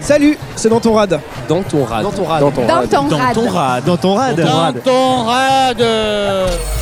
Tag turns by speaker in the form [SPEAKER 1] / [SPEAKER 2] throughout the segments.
[SPEAKER 1] Salut, c'est dans ton rad.
[SPEAKER 2] Dans ton rad.
[SPEAKER 1] Dans ton rad.
[SPEAKER 2] Dans ton
[SPEAKER 3] Dans
[SPEAKER 2] rad.
[SPEAKER 3] ton rad.
[SPEAKER 1] rad. Dans ton rad.
[SPEAKER 2] rad.
[SPEAKER 4] ton rad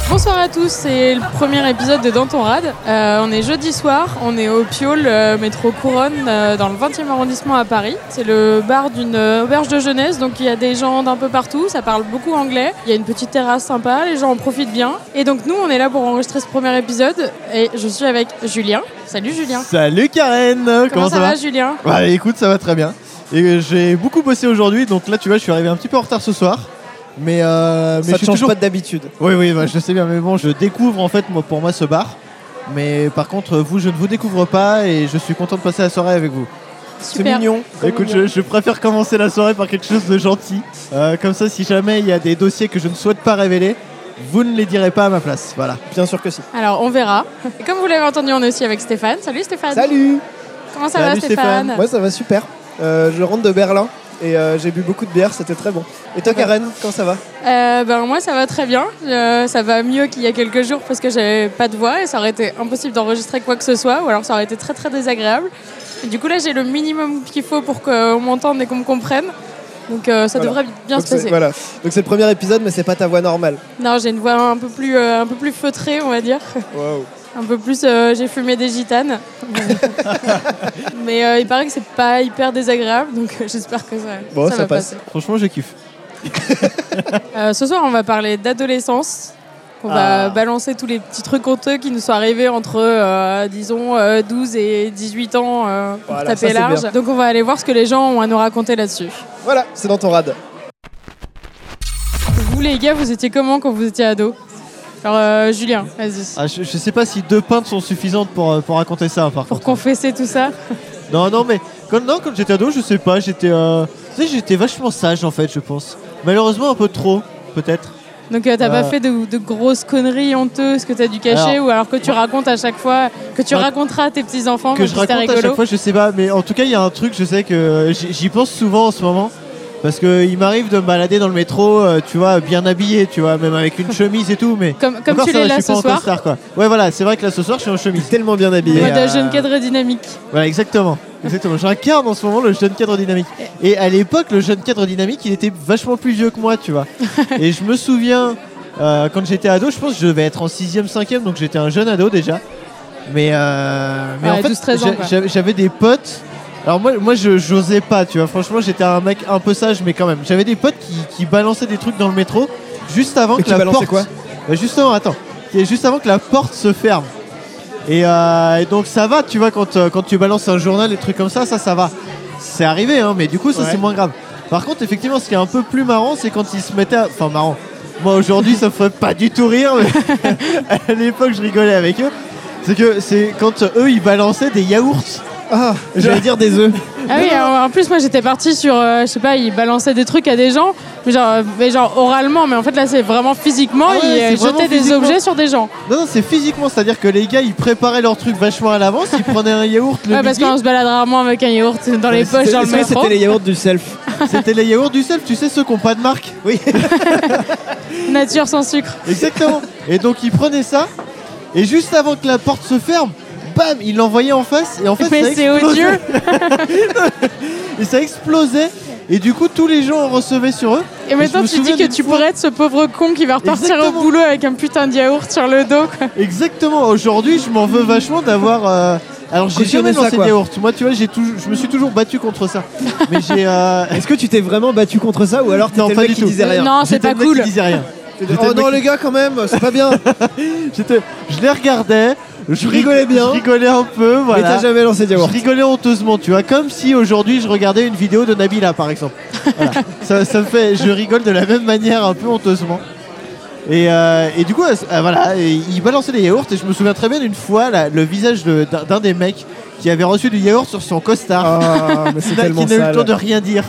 [SPEAKER 5] Bonsoir à tous, c'est le premier épisode de Danton Rad. Euh, on est jeudi soir, on est au Piolle, euh, métro Couronne, euh, dans le 20e arrondissement à Paris. C'est le bar d'une euh, auberge de jeunesse, donc il y a des gens d'un peu partout, ça parle beaucoup anglais. Il y a une petite terrasse sympa, les gens en profitent bien. Et donc nous, on est là pour enregistrer ce premier épisode et je suis avec Julien. Salut Julien.
[SPEAKER 6] Salut Karen Comment,
[SPEAKER 5] Comment,
[SPEAKER 6] ça,
[SPEAKER 5] va, Julien
[SPEAKER 6] va Bah écoute, ça va très bien. Et euh, j'ai beaucoup bossé aujourd'hui, donc là tu vois, je suis arrivé un petit peu en retard ce soir. Mais, euh,
[SPEAKER 1] Ça
[SPEAKER 6] mais je
[SPEAKER 1] ne
[SPEAKER 6] suis
[SPEAKER 1] change
[SPEAKER 6] toujours...
[SPEAKER 1] pas d'habitude.
[SPEAKER 6] Oui, oui, bah, je sais bien, mais bon, je découvre en fait moi, pour moi ce bar. Mais par contre, vous, je ne vous découvre pas et je suis content de passer la soirée avec vous.
[SPEAKER 1] C'est
[SPEAKER 5] Super.
[SPEAKER 1] mignon.
[SPEAKER 6] Écoute, je, je préfère commencer la soirée par quelque chose de gentil. Euh, comme ça, si jamais il y a des dossiers que je ne souhaite pas révéler, vous ne les direz pas à ma place. Voilà.
[SPEAKER 1] Bien sûr que si.
[SPEAKER 5] Alors on verra. Et comme vous l'avez entendu, on est aussi avec Stéphane. Salut Stéphane.
[SPEAKER 1] Salut.
[SPEAKER 5] Comment ça
[SPEAKER 6] Salut
[SPEAKER 5] va Stéphane,
[SPEAKER 1] Ah Moi, ça va super. Euh, je rentre de Berlin et euh, j'ai bu beaucoup de bière, c'était très bon. Et toi, Karen, quand ça va
[SPEAKER 5] Euh, ben, moi ça va très bien, Euh, ça va mieux qu'il y a quelques jours parce que j'avais pas de voix et ça aurait été impossible d'enregistrer quoi que ce soit ou alors ça aurait été très très désagréable. Et du coup là j'ai le minimum qu'il faut pour qu'on m'entende et qu'on me comprenne. Donc euh, ça
[SPEAKER 1] Voilà.
[SPEAKER 5] devrait bien
[SPEAKER 1] Donc,
[SPEAKER 5] se
[SPEAKER 1] c'est-
[SPEAKER 5] passer.
[SPEAKER 1] Voilà. Donc c'est le premier épisode, mais c'est pas ta voix normale.
[SPEAKER 5] Non j'ai une voix un peu plus euh, un peu plus feutrée on va dire,
[SPEAKER 1] Waouh.
[SPEAKER 5] un peu plus euh, j'ai fumé des gitanes. Mais euh, il paraît que c'est pas hyper désagréable donc euh, j'espère que ça,
[SPEAKER 1] Bon, ça
[SPEAKER 5] va
[SPEAKER 1] passe.
[SPEAKER 5] passer.
[SPEAKER 6] Franchement, je kiffe.
[SPEAKER 5] Euh, ce soir, on va parler d'adolescence. On
[SPEAKER 6] Ah.
[SPEAKER 5] va balancer tous les petits trucs honteux qui nous sont arrivés entre, euh, disons, euh, 12 et 18 ans euh, pour
[SPEAKER 1] Voilà, ça,
[SPEAKER 5] taper
[SPEAKER 1] c'est
[SPEAKER 5] large.
[SPEAKER 1] bien.
[SPEAKER 5] Donc, on va aller voir ce que les gens ont à nous raconter là-dessus.
[SPEAKER 1] Voilà, c'est dans ton rad.
[SPEAKER 5] Vous, les gars, vous étiez comment quand vous étiez ado Alors, euh, Julien, vas-y.
[SPEAKER 6] Ah, je, je sais pas si deux pintes sont suffisantes pour, euh, pour raconter ça, par
[SPEAKER 5] Pour
[SPEAKER 6] contre.
[SPEAKER 5] confesser tout ça
[SPEAKER 6] Non, non, mais quand, non, quand j'étais ado, je sais pas, j'étais. euh, tu sais, j'étais vachement sage en fait, je pense. Malheureusement, un peu trop, peut-être.
[SPEAKER 5] Donc, euh, t'as pas
[SPEAKER 6] Euh.
[SPEAKER 5] fait de, de grosses conneries honteuses que t'as dû cacher ou alors que tu racontes à chaque fois, que tu
[SPEAKER 6] Bah,
[SPEAKER 5] raconteras à tes petits-enfants
[SPEAKER 6] Que
[SPEAKER 5] parce
[SPEAKER 6] je
[SPEAKER 5] c'était
[SPEAKER 6] raconte à
[SPEAKER 5] rigolo.
[SPEAKER 6] chaque fois, je sais pas, mais en tout cas, il y a un truc, je sais que euh, j'y j'y pense souvent en ce moment. Parce que il m'arrive de me balader dans le métro, euh, tu vois, bien habillé, tu vois, même avec une chemise et tout, mais.
[SPEAKER 5] Comme, comme
[SPEAKER 6] Encore,
[SPEAKER 5] tu
[SPEAKER 6] ça
[SPEAKER 5] l'es
[SPEAKER 6] va, je
[SPEAKER 5] là
[SPEAKER 6] suis
[SPEAKER 5] ce
[SPEAKER 6] pas en
[SPEAKER 5] soir,
[SPEAKER 6] costard, quoi. Ouais, voilà, c'est vrai que là ce soir, je suis en chemise. Tellement bien
[SPEAKER 5] en
[SPEAKER 6] habillé.
[SPEAKER 5] mode
[SPEAKER 6] euh,
[SPEAKER 5] jeune cadre dynamique.
[SPEAKER 6] Voilà, exactement. Exactement. J'incarne en ce moment le jeune cadre dynamique. Et à l'époque, le jeune cadre dynamique, il était vachement plus vieux que moi, tu vois. Et je me souviens, euh, quand j'étais ado, je pense que je devais être en 6ème, 5ème, donc j'étais un jeune ado déjà. Mais, euh, mais
[SPEAKER 5] Ouais,
[SPEAKER 6] en fait,
[SPEAKER 5] 12-13 ans,
[SPEAKER 6] j'a-
[SPEAKER 5] quoi.
[SPEAKER 6] j'avais- j'avais des potes. Alors moi, moi je j'osais pas, tu vois. Franchement, j'étais un mec un peu sage, mais quand même. J'avais des potes qui, qui balançaient des trucs dans le métro juste avant
[SPEAKER 1] Et
[SPEAKER 6] que
[SPEAKER 1] qui
[SPEAKER 6] la
[SPEAKER 1] balançaient
[SPEAKER 6] porte.
[SPEAKER 1] quoi
[SPEAKER 6] Bah, Justement, attends. Et Juste avant que la porte se ferme. Et, euh, et donc ça va, tu vois, quand, euh, quand tu balances un journal, des trucs comme ça, ça, ça va. C'est arrivé, hein, mais du coup, ça, c'est moins grave. Par contre, effectivement, ce qui est un peu plus marrant, c'est quand ils se mettaient à... Enfin, marrant. Moi, aujourd'hui, ça me ferait pas du tout rire, mais à l'époque, je rigolais avec eux. C'est que c'est quand euh, eux, ils balançaient des yaourts.
[SPEAKER 1] Ah,
[SPEAKER 6] J'allais dire des œufs.
[SPEAKER 5] Ah oui, en en plus moi j'étais partie sur, euh, je sais pas, il balançait des trucs à des gens, mais genre, euh, mais genre oralement, mais en fait là c'est vraiment physiquement,
[SPEAKER 6] Ah ouais,
[SPEAKER 5] il
[SPEAKER 6] c'est
[SPEAKER 5] euh,
[SPEAKER 6] vraiment
[SPEAKER 5] jetait des
[SPEAKER 6] physiquement.
[SPEAKER 5] objets sur des gens.
[SPEAKER 6] Non, non, c'est physiquement, c'est-à-dire que les gars, ils préparaient leur truc vachement à l'avance, ils prenaient un yaourt le
[SPEAKER 5] Ouais, parce
[SPEAKER 6] midi.
[SPEAKER 5] qu'on se balade rarement avec un yaourt dans les poches dans le
[SPEAKER 1] Est-ce que
[SPEAKER 5] métro.
[SPEAKER 1] c'était les yaourts du self
[SPEAKER 6] C'était les yaourts du self, tu sais, ceux qui n'ont pas de marque.
[SPEAKER 1] Oui.
[SPEAKER 5] Nature sans sucre.
[SPEAKER 6] Exactement. Et donc il prenait ça, et juste avant que la porte se ferme, bam, il l'envoyait en face, et en fait
[SPEAKER 5] Mais
[SPEAKER 6] ça
[SPEAKER 5] c'est
[SPEAKER 6] explosait.
[SPEAKER 5] odieux.
[SPEAKER 6] et ça explosait, et du coup tous les gens en recevaient sur eux.
[SPEAKER 5] Et maintenant
[SPEAKER 6] je me
[SPEAKER 5] tu dis
[SPEAKER 6] souviens
[SPEAKER 5] que
[SPEAKER 6] d'une
[SPEAKER 5] tu
[SPEAKER 6] fois-
[SPEAKER 5] pourrais être ce pauvre con qui va repartir
[SPEAKER 6] Exactement.
[SPEAKER 5] au boulot avec un putain de yaourt sur le dos. quoi.
[SPEAKER 6] Exactement. Aujourd'hui, je m'en veux vachement d'avoir. euh, Alors j'ai
[SPEAKER 1] Cautionné
[SPEAKER 6] jamais
[SPEAKER 1] ça,
[SPEAKER 6] lancé
[SPEAKER 1] quoi.
[SPEAKER 6] des yaourts. Moi, tu vois, j'ai toujours, je me suis toujours battu contre ça. Mais j'ai. euh,
[SPEAKER 1] Est-ce que tu t'es vraiment battu contre ça ou alors t'étais
[SPEAKER 6] Non,
[SPEAKER 1] le
[SPEAKER 6] pas
[SPEAKER 1] mec
[SPEAKER 6] du
[SPEAKER 1] qui
[SPEAKER 6] tout.
[SPEAKER 1] disait rien
[SPEAKER 5] Non, c'est
[SPEAKER 6] j'étais
[SPEAKER 5] pas
[SPEAKER 6] le mec
[SPEAKER 5] cool.
[SPEAKER 6] Qui disait rien.
[SPEAKER 1] T'étais-
[SPEAKER 6] J'étais
[SPEAKER 1] Oh
[SPEAKER 6] le mec
[SPEAKER 1] non,
[SPEAKER 6] qui-
[SPEAKER 1] les gars, quand même, c'est pas bien.
[SPEAKER 6] J'étais- Je les regardais. Je rigolais bien. Je rigolais un peu.
[SPEAKER 1] Mais
[SPEAKER 6] Voilà.
[SPEAKER 1] t'as jamais lancé de
[SPEAKER 6] Je
[SPEAKER 1] yaourt.
[SPEAKER 6] rigolais honteusement, tu vois, comme si aujourd'hui je regardais une vidéo de Nabila par exemple. Voilà. ça, ça me fait, je rigole de la même manière, un peu honteusement. Et, euh, et du coup, euh, euh, voilà, et il balançait des yaourts et je me souviens très bien d'une fois là, le visage de- d'un d'un des mecs qui avait reçu du yaourt sur son costard,
[SPEAKER 1] Ah, mais c'est
[SPEAKER 6] Là, qui
[SPEAKER 1] tellement
[SPEAKER 6] n'a eu le temps
[SPEAKER 1] sale.
[SPEAKER 6] de rien dire.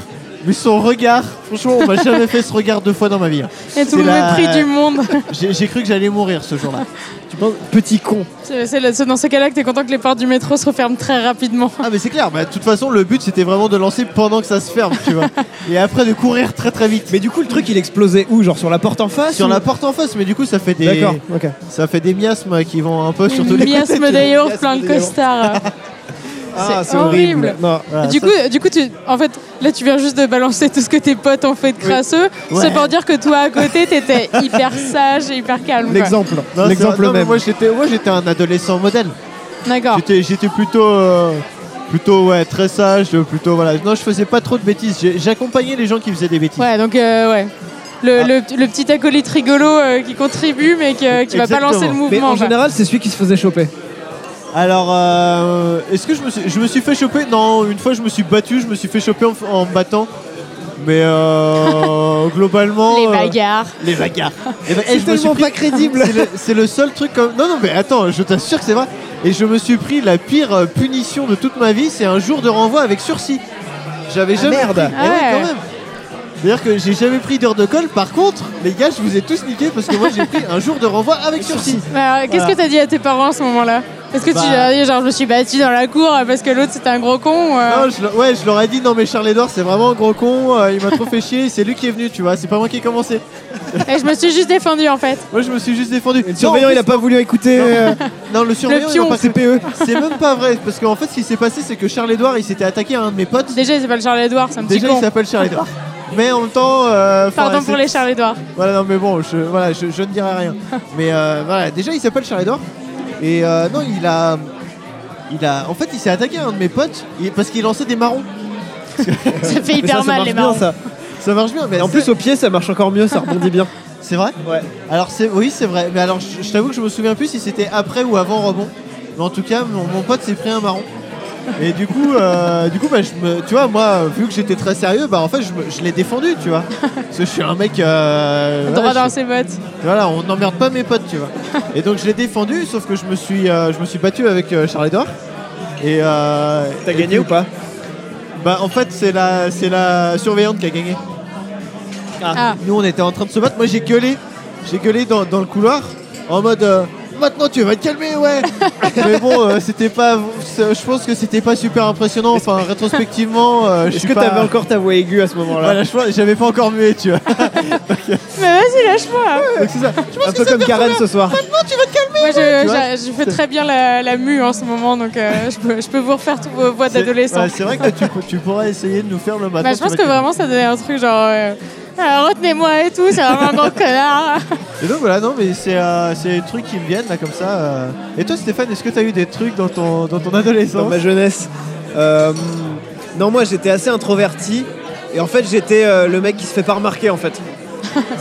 [SPEAKER 6] Mais son regard, franchement, on m'a jamais fait ce regard deux fois dans ma vie. hein.
[SPEAKER 5] Et tout
[SPEAKER 6] C'est
[SPEAKER 5] le
[SPEAKER 6] la-
[SPEAKER 5] mépris du monde.
[SPEAKER 6] J'ai j'ai cru que j'allais mourir ce jour-là.
[SPEAKER 1] Tu penses- Petit con.
[SPEAKER 5] C'est c'est le- c'est dans ces cas-là que t'es content que les portes du métro se referment très rapidement.
[SPEAKER 6] Ah mais c'est clair, bah, de toute façon le but c'était vraiment de lancer pendant que ça se ferme, tu vois. Et après de courir très très vite.
[SPEAKER 1] Mais du coup, le truc, il explosait où Genre sur la porte en face
[SPEAKER 6] Sur
[SPEAKER 1] ou-
[SPEAKER 6] la porte en face, mais du coup ça fait des,
[SPEAKER 1] D'accord, ok.
[SPEAKER 6] ça fait des miasmes euh, qui vont un peu sur tous les côtés.
[SPEAKER 5] Miasme
[SPEAKER 6] tu vois.
[SPEAKER 5] de yaourt plein de
[SPEAKER 6] Miasme de yaourt.
[SPEAKER 5] costards.
[SPEAKER 1] Ah,
[SPEAKER 5] c'est horrible.
[SPEAKER 1] Non.
[SPEAKER 6] Voilà,
[SPEAKER 5] du,
[SPEAKER 6] Ah, ça,
[SPEAKER 5] coup, du coup, tu, en fait, là, tu viens juste de balancer tout ce que tes potes ont fait de crasseux.
[SPEAKER 6] Ouais.
[SPEAKER 5] C'est pour dire que toi, à côté, t'étais hyper sage et hyper calme. quoi.
[SPEAKER 1] L'exemple.
[SPEAKER 6] Non, c'est-
[SPEAKER 1] L'exemple
[SPEAKER 6] non, mais
[SPEAKER 1] même.
[SPEAKER 6] Moi j'étais, moi j'étais un adolescent modèle.
[SPEAKER 5] D'accord.
[SPEAKER 6] J'étais, j'étais plutôt, euh, plutôt ouais, très sage, euh, plutôt voilà. Non, je faisais pas trop de bêtises. J'ai- J'accompagnais les gens qui faisaient des bêtises.
[SPEAKER 5] Ouais, donc, euh, ouais.
[SPEAKER 6] Ah.
[SPEAKER 5] Le, le- le petit acolyte rigolo euh, qui contribue, mais que- qui va pas
[SPEAKER 6] Exactement.
[SPEAKER 5] lancer le
[SPEAKER 6] Mais
[SPEAKER 5] mouvement.
[SPEAKER 1] Mais en
[SPEAKER 5] quoi.
[SPEAKER 1] général, c'est celui qui se faisait choper.
[SPEAKER 6] Alors, euh, est-ce que je me suis, je me suis fait choper Non, une fois je me suis battu, je me suis fait choper en, en me battant. Mais euh, globalement.
[SPEAKER 5] Les
[SPEAKER 6] euh,
[SPEAKER 5] bagarres.
[SPEAKER 6] les bagarres. Eh ben, eh,
[SPEAKER 1] C'est
[SPEAKER 6] je me suis
[SPEAKER 1] tellement
[SPEAKER 6] pris-
[SPEAKER 1] pas crédible.
[SPEAKER 6] C'est le- C'est le, seul truc comme. Non, non, mais attends, je t'assure que c'est vrai. Et je me suis pris la pire euh, punition de toute ma vie, c'est un jour de renvoi avec sursis. J'avais
[SPEAKER 1] Ah,
[SPEAKER 6] jamais.
[SPEAKER 1] merde.
[SPEAKER 6] pris- Eh
[SPEAKER 5] Ah
[SPEAKER 6] ouais,
[SPEAKER 5] ouais.
[SPEAKER 6] quand même. C'est-à-dire que j'ai jamais pris d'heure de colle. Par contre, les gars, je vous ai tous niqué parce que moi j'ai pris un jour de renvoi avec sursis.
[SPEAKER 5] Mais alors, Qu'est-ce
[SPEAKER 6] Voilà.
[SPEAKER 5] que t'as dit à tes parents à ce moment-là Est-ce que tu
[SPEAKER 6] Bah.
[SPEAKER 5] leur as dit genre je me suis battu dans la cour euh, parce que l'autre c'était un gros con ou, euh,
[SPEAKER 6] Non, je, le- ouais, je leur ai dit non, mais Charles Edouard, c'est vraiment un gros con. euh, il m'a trop fait chier. C'est lui qui est venu, tu vois. C'est pas moi qui ai commencé.
[SPEAKER 5] Et Eh, je me suis juste défendu en fait.
[SPEAKER 6] Moi, je me suis juste défendu.
[SPEAKER 1] Le surveillant, il a pas voulu écouter euh,
[SPEAKER 6] Non, le surveillant, il m'a
[SPEAKER 5] pion. E.
[SPEAKER 6] pas fait-
[SPEAKER 1] CPE.
[SPEAKER 6] C'est même pas vrai parce qu'en fait, ce qui s'est passé, c'est que Charles Edouard, il s'était attaqué à un de mes potes.
[SPEAKER 5] Déjà c'est pas le Charles Edouard, c'est un petit
[SPEAKER 6] Déjà, il
[SPEAKER 5] con.
[SPEAKER 6] s'appelle Charles Edouard. Mais en même temps, euh, enfin,
[SPEAKER 5] Pardon
[SPEAKER 6] c'est-
[SPEAKER 5] pour les Charles Edouard.
[SPEAKER 6] Voilà, non, mais bon, je, voilà, je, je ne dirai rien. Mais euh, voilà, déjà, il s'appelle Charles Edouard. Et euh, non, il a, il a, en fait, il s'est attaqué à un de mes potes il- parce qu'il lançait des marrons.
[SPEAKER 5] Ça fait
[SPEAKER 1] Mais ça,
[SPEAKER 5] hyper
[SPEAKER 1] ça
[SPEAKER 5] mal
[SPEAKER 1] marche
[SPEAKER 5] les
[SPEAKER 1] bien,
[SPEAKER 5] marrons.
[SPEAKER 1] ça.
[SPEAKER 6] Ça marche bien, mais
[SPEAKER 1] Et en
[SPEAKER 6] c'est-
[SPEAKER 1] plus, au pied, ça marche encore mieux, ça rebondit bien.
[SPEAKER 6] c'est vrai.
[SPEAKER 1] Ouais.
[SPEAKER 6] Alors c'est, oui, c'est vrai. Mais alors, je, je t'avoue que je me souviens plus si c'était après ou avant rebond. Mais en tout cas, mon, mon pote s'est pris un marron. Et du coup, euh, du coup, bah, je me, tu vois, moi, vu que j'étais très sérieux, bah en fait, je, me- je l'ai défendu, tu vois. Parce que je suis un mec. euh,
[SPEAKER 5] Droit
[SPEAKER 6] voilà, je-
[SPEAKER 5] dans ses bottes.
[SPEAKER 6] Voilà, on n'emmerde pas mes potes, tu vois. Et donc je l'ai défendu, sauf que je me suis, euh, je me suis battu avec euh, Charles Edouard. Et euh,
[SPEAKER 1] T'as
[SPEAKER 6] et
[SPEAKER 1] gagné ou
[SPEAKER 6] puis-
[SPEAKER 1] pas
[SPEAKER 6] Bah en fait c'est la, c'est la surveillante qui a gagné.
[SPEAKER 5] Ah.
[SPEAKER 6] Nous on était en train de se battre, moi j'ai gueulé, j'ai gueulé dans, dans le couloir en mode. euh, Maintenant tu vas te calmer ouais Mais bon euh, c'était pas c'est- je pense que c'était pas super impressionnant enfin rétrospectivement euh, je
[SPEAKER 1] Est-ce
[SPEAKER 6] suis
[SPEAKER 1] que
[SPEAKER 6] pas-
[SPEAKER 1] t'avais encore ta voix aiguë à ce moment-là
[SPEAKER 6] voilà je pense- j'avais pas encore mué tu vois
[SPEAKER 5] Mais vas-y lâche-moi.
[SPEAKER 6] donc c'est ça Je pense
[SPEAKER 1] Un
[SPEAKER 6] que
[SPEAKER 1] peu
[SPEAKER 6] ça
[SPEAKER 1] comme
[SPEAKER 6] fait
[SPEAKER 1] Karen ce soir.
[SPEAKER 5] Moi je,
[SPEAKER 6] vois,
[SPEAKER 5] je- je fais très bien la, la mue en ce moment donc euh, je, peux, je peux vous refaire toutes vos voix
[SPEAKER 6] C'est-
[SPEAKER 5] d'adolescent.
[SPEAKER 6] ouais, c'est vrai que tu, tu pourrais essayer de nous faire le matin.
[SPEAKER 5] Bah, je pense que vraiment ça donnait un truc genre euh, Ah, retenez-moi et tout, c'est vraiment un gros connard.
[SPEAKER 6] Et donc voilà, non, mais c'est euh, c'est des trucs qui me viennent là comme ça. euh. Et toi, Stéphane, est-ce que t'as eu des trucs dans ton, dans ton adolescence
[SPEAKER 1] dans ma jeunesse. Euh, non, moi j'étais assez introverti et en fait j'étais euh, le mec qui se fait pas remarquer en fait.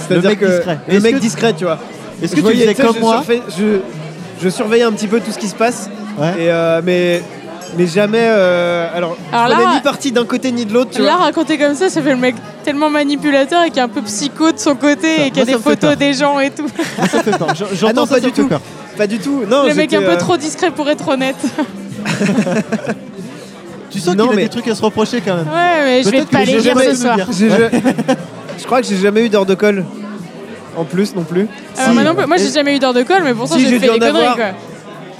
[SPEAKER 1] C'est-à-dire
[SPEAKER 6] mec discret.
[SPEAKER 1] Le
[SPEAKER 6] Est-ce
[SPEAKER 1] mec
[SPEAKER 6] que-
[SPEAKER 1] discret, tu vois.
[SPEAKER 6] Est-ce
[SPEAKER 1] Je
[SPEAKER 6] que tu
[SPEAKER 1] voyais,
[SPEAKER 6] faisais
[SPEAKER 1] tu sais,
[SPEAKER 6] comme
[SPEAKER 1] je
[SPEAKER 6] moi
[SPEAKER 1] surfais- je, je surveillais un petit peu tout ce qui se passe,
[SPEAKER 6] Ouais.
[SPEAKER 1] et, euh, mais, mais jamais. euh, alors,
[SPEAKER 5] Alors
[SPEAKER 1] je prenais
[SPEAKER 5] là-
[SPEAKER 1] ni parti d'un côté ni de l'autre, tu
[SPEAKER 5] Là,
[SPEAKER 1] vois.
[SPEAKER 5] raconté comme ça, ça fait le mec tellement manipulateur et qui est un peu psycho de son côté et qui a
[SPEAKER 6] moi, ça
[SPEAKER 5] des
[SPEAKER 6] me fait
[SPEAKER 5] photos
[SPEAKER 6] peur.
[SPEAKER 5] des gens et tout.
[SPEAKER 6] Ça fait peur. J'en- J'entends
[SPEAKER 1] Ah non,
[SPEAKER 6] ça,
[SPEAKER 1] pas
[SPEAKER 6] ça
[SPEAKER 1] du
[SPEAKER 6] fait
[SPEAKER 1] tout.
[SPEAKER 6] peur.
[SPEAKER 1] Pas du tout. Non,
[SPEAKER 5] le mec
[SPEAKER 1] j'étais,
[SPEAKER 5] un peu
[SPEAKER 1] euh,
[SPEAKER 5] trop discret pour être honnête.
[SPEAKER 6] Tu sens qu'il
[SPEAKER 1] Non,
[SPEAKER 6] a
[SPEAKER 1] mais-
[SPEAKER 6] des trucs à se reprocher quand même.
[SPEAKER 5] Ouais, mais je vais
[SPEAKER 6] Peut-être
[SPEAKER 5] pas
[SPEAKER 6] que
[SPEAKER 5] les
[SPEAKER 6] j'ai
[SPEAKER 5] dire
[SPEAKER 6] jamais
[SPEAKER 5] ce
[SPEAKER 6] été
[SPEAKER 5] soir.
[SPEAKER 6] vulgaire.
[SPEAKER 1] j'ai- je- je crois que j'ai jamais eu d'heure de colle. En plus, non plus.
[SPEAKER 5] Alors Ah, moi, non plus- moi, j'ai jamais eu d'heure de colle, mais pour ça,
[SPEAKER 1] Si, j'ai
[SPEAKER 5] j'ai
[SPEAKER 1] dû
[SPEAKER 5] fait des
[SPEAKER 1] en avoir.
[SPEAKER 5] conneries. Quoi.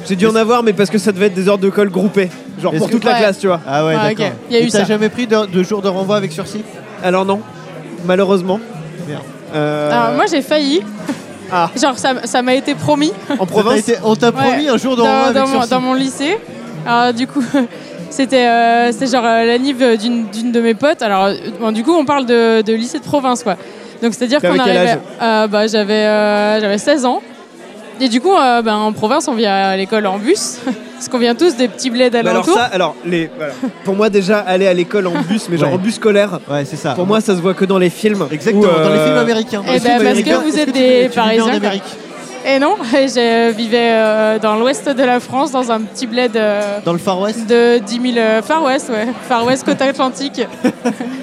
[SPEAKER 1] J'ai dû en avoir, mais parce que ça devait être des heures de colle groupées. Genre
[SPEAKER 6] Est-ce
[SPEAKER 1] pour
[SPEAKER 6] que-
[SPEAKER 1] toute la
[SPEAKER 5] Ouais.
[SPEAKER 1] classe, tu vois.
[SPEAKER 6] Ah ouais,
[SPEAKER 5] Ah,
[SPEAKER 6] d'accord.
[SPEAKER 5] ok. Il y a
[SPEAKER 6] Et
[SPEAKER 5] eu
[SPEAKER 6] t'as
[SPEAKER 5] ça.
[SPEAKER 6] jamais pris de, de jours de renvoi avec sursis
[SPEAKER 1] Alors non, malheureusement.
[SPEAKER 6] Merde.
[SPEAKER 1] Euh,
[SPEAKER 5] Alors, moi, j'ai failli.
[SPEAKER 1] Ah.
[SPEAKER 5] Genre, ça ça m'a été promis
[SPEAKER 1] en
[SPEAKER 6] Ça t'a
[SPEAKER 1] province,
[SPEAKER 6] été- On t'a
[SPEAKER 5] Ouais.
[SPEAKER 6] promis un jour de renvoi
[SPEAKER 5] dans,
[SPEAKER 6] avec
[SPEAKER 5] dans mon,
[SPEAKER 6] sursis.
[SPEAKER 5] dans mon lycée. Alors, du coup, c'était euh, c'était genre euh, la nive d'une d'une de mes potes. Alors, euh, bon, du coup, on parle de, de lycée de province, quoi. Donc, c'est-à-dire
[SPEAKER 1] T'avais
[SPEAKER 5] qu'on
[SPEAKER 1] quel
[SPEAKER 5] arrivait.
[SPEAKER 1] âge
[SPEAKER 5] Euh, bah, J'avais euh, j'avais 16 ans. Et du coup, euh, ben, en province, on vient à l'école en bus. Parce qu'on vient tous des petits bleds
[SPEAKER 1] Bah alors
[SPEAKER 5] alentours.
[SPEAKER 1] ça, alors les, voilà. pour moi déjà aller à l'école en bus, mais genre
[SPEAKER 6] Ouais.
[SPEAKER 1] en bus scolaire,
[SPEAKER 6] Ouais, c'est ça.
[SPEAKER 1] pour moi ça se voit que dans les films.
[SPEAKER 6] Exactement,
[SPEAKER 1] Ou, euh,
[SPEAKER 6] dans les films américains.
[SPEAKER 5] Eh
[SPEAKER 6] Dans les
[SPEAKER 5] ben,
[SPEAKER 6] films
[SPEAKER 5] parce
[SPEAKER 6] américains,
[SPEAKER 5] que vous
[SPEAKER 6] est-ce
[SPEAKER 5] êtes
[SPEAKER 6] tu-
[SPEAKER 5] des
[SPEAKER 6] tu vivais
[SPEAKER 5] Parisiens,
[SPEAKER 6] en
[SPEAKER 5] quoi.
[SPEAKER 6] Amérique.
[SPEAKER 5] Et non, je vivais euh, dans l'ouest de la France, dans un petit bled euh,
[SPEAKER 6] Dans le Far West
[SPEAKER 5] de 10 000 euh, Far West, ouais. Far West, côte atlantique,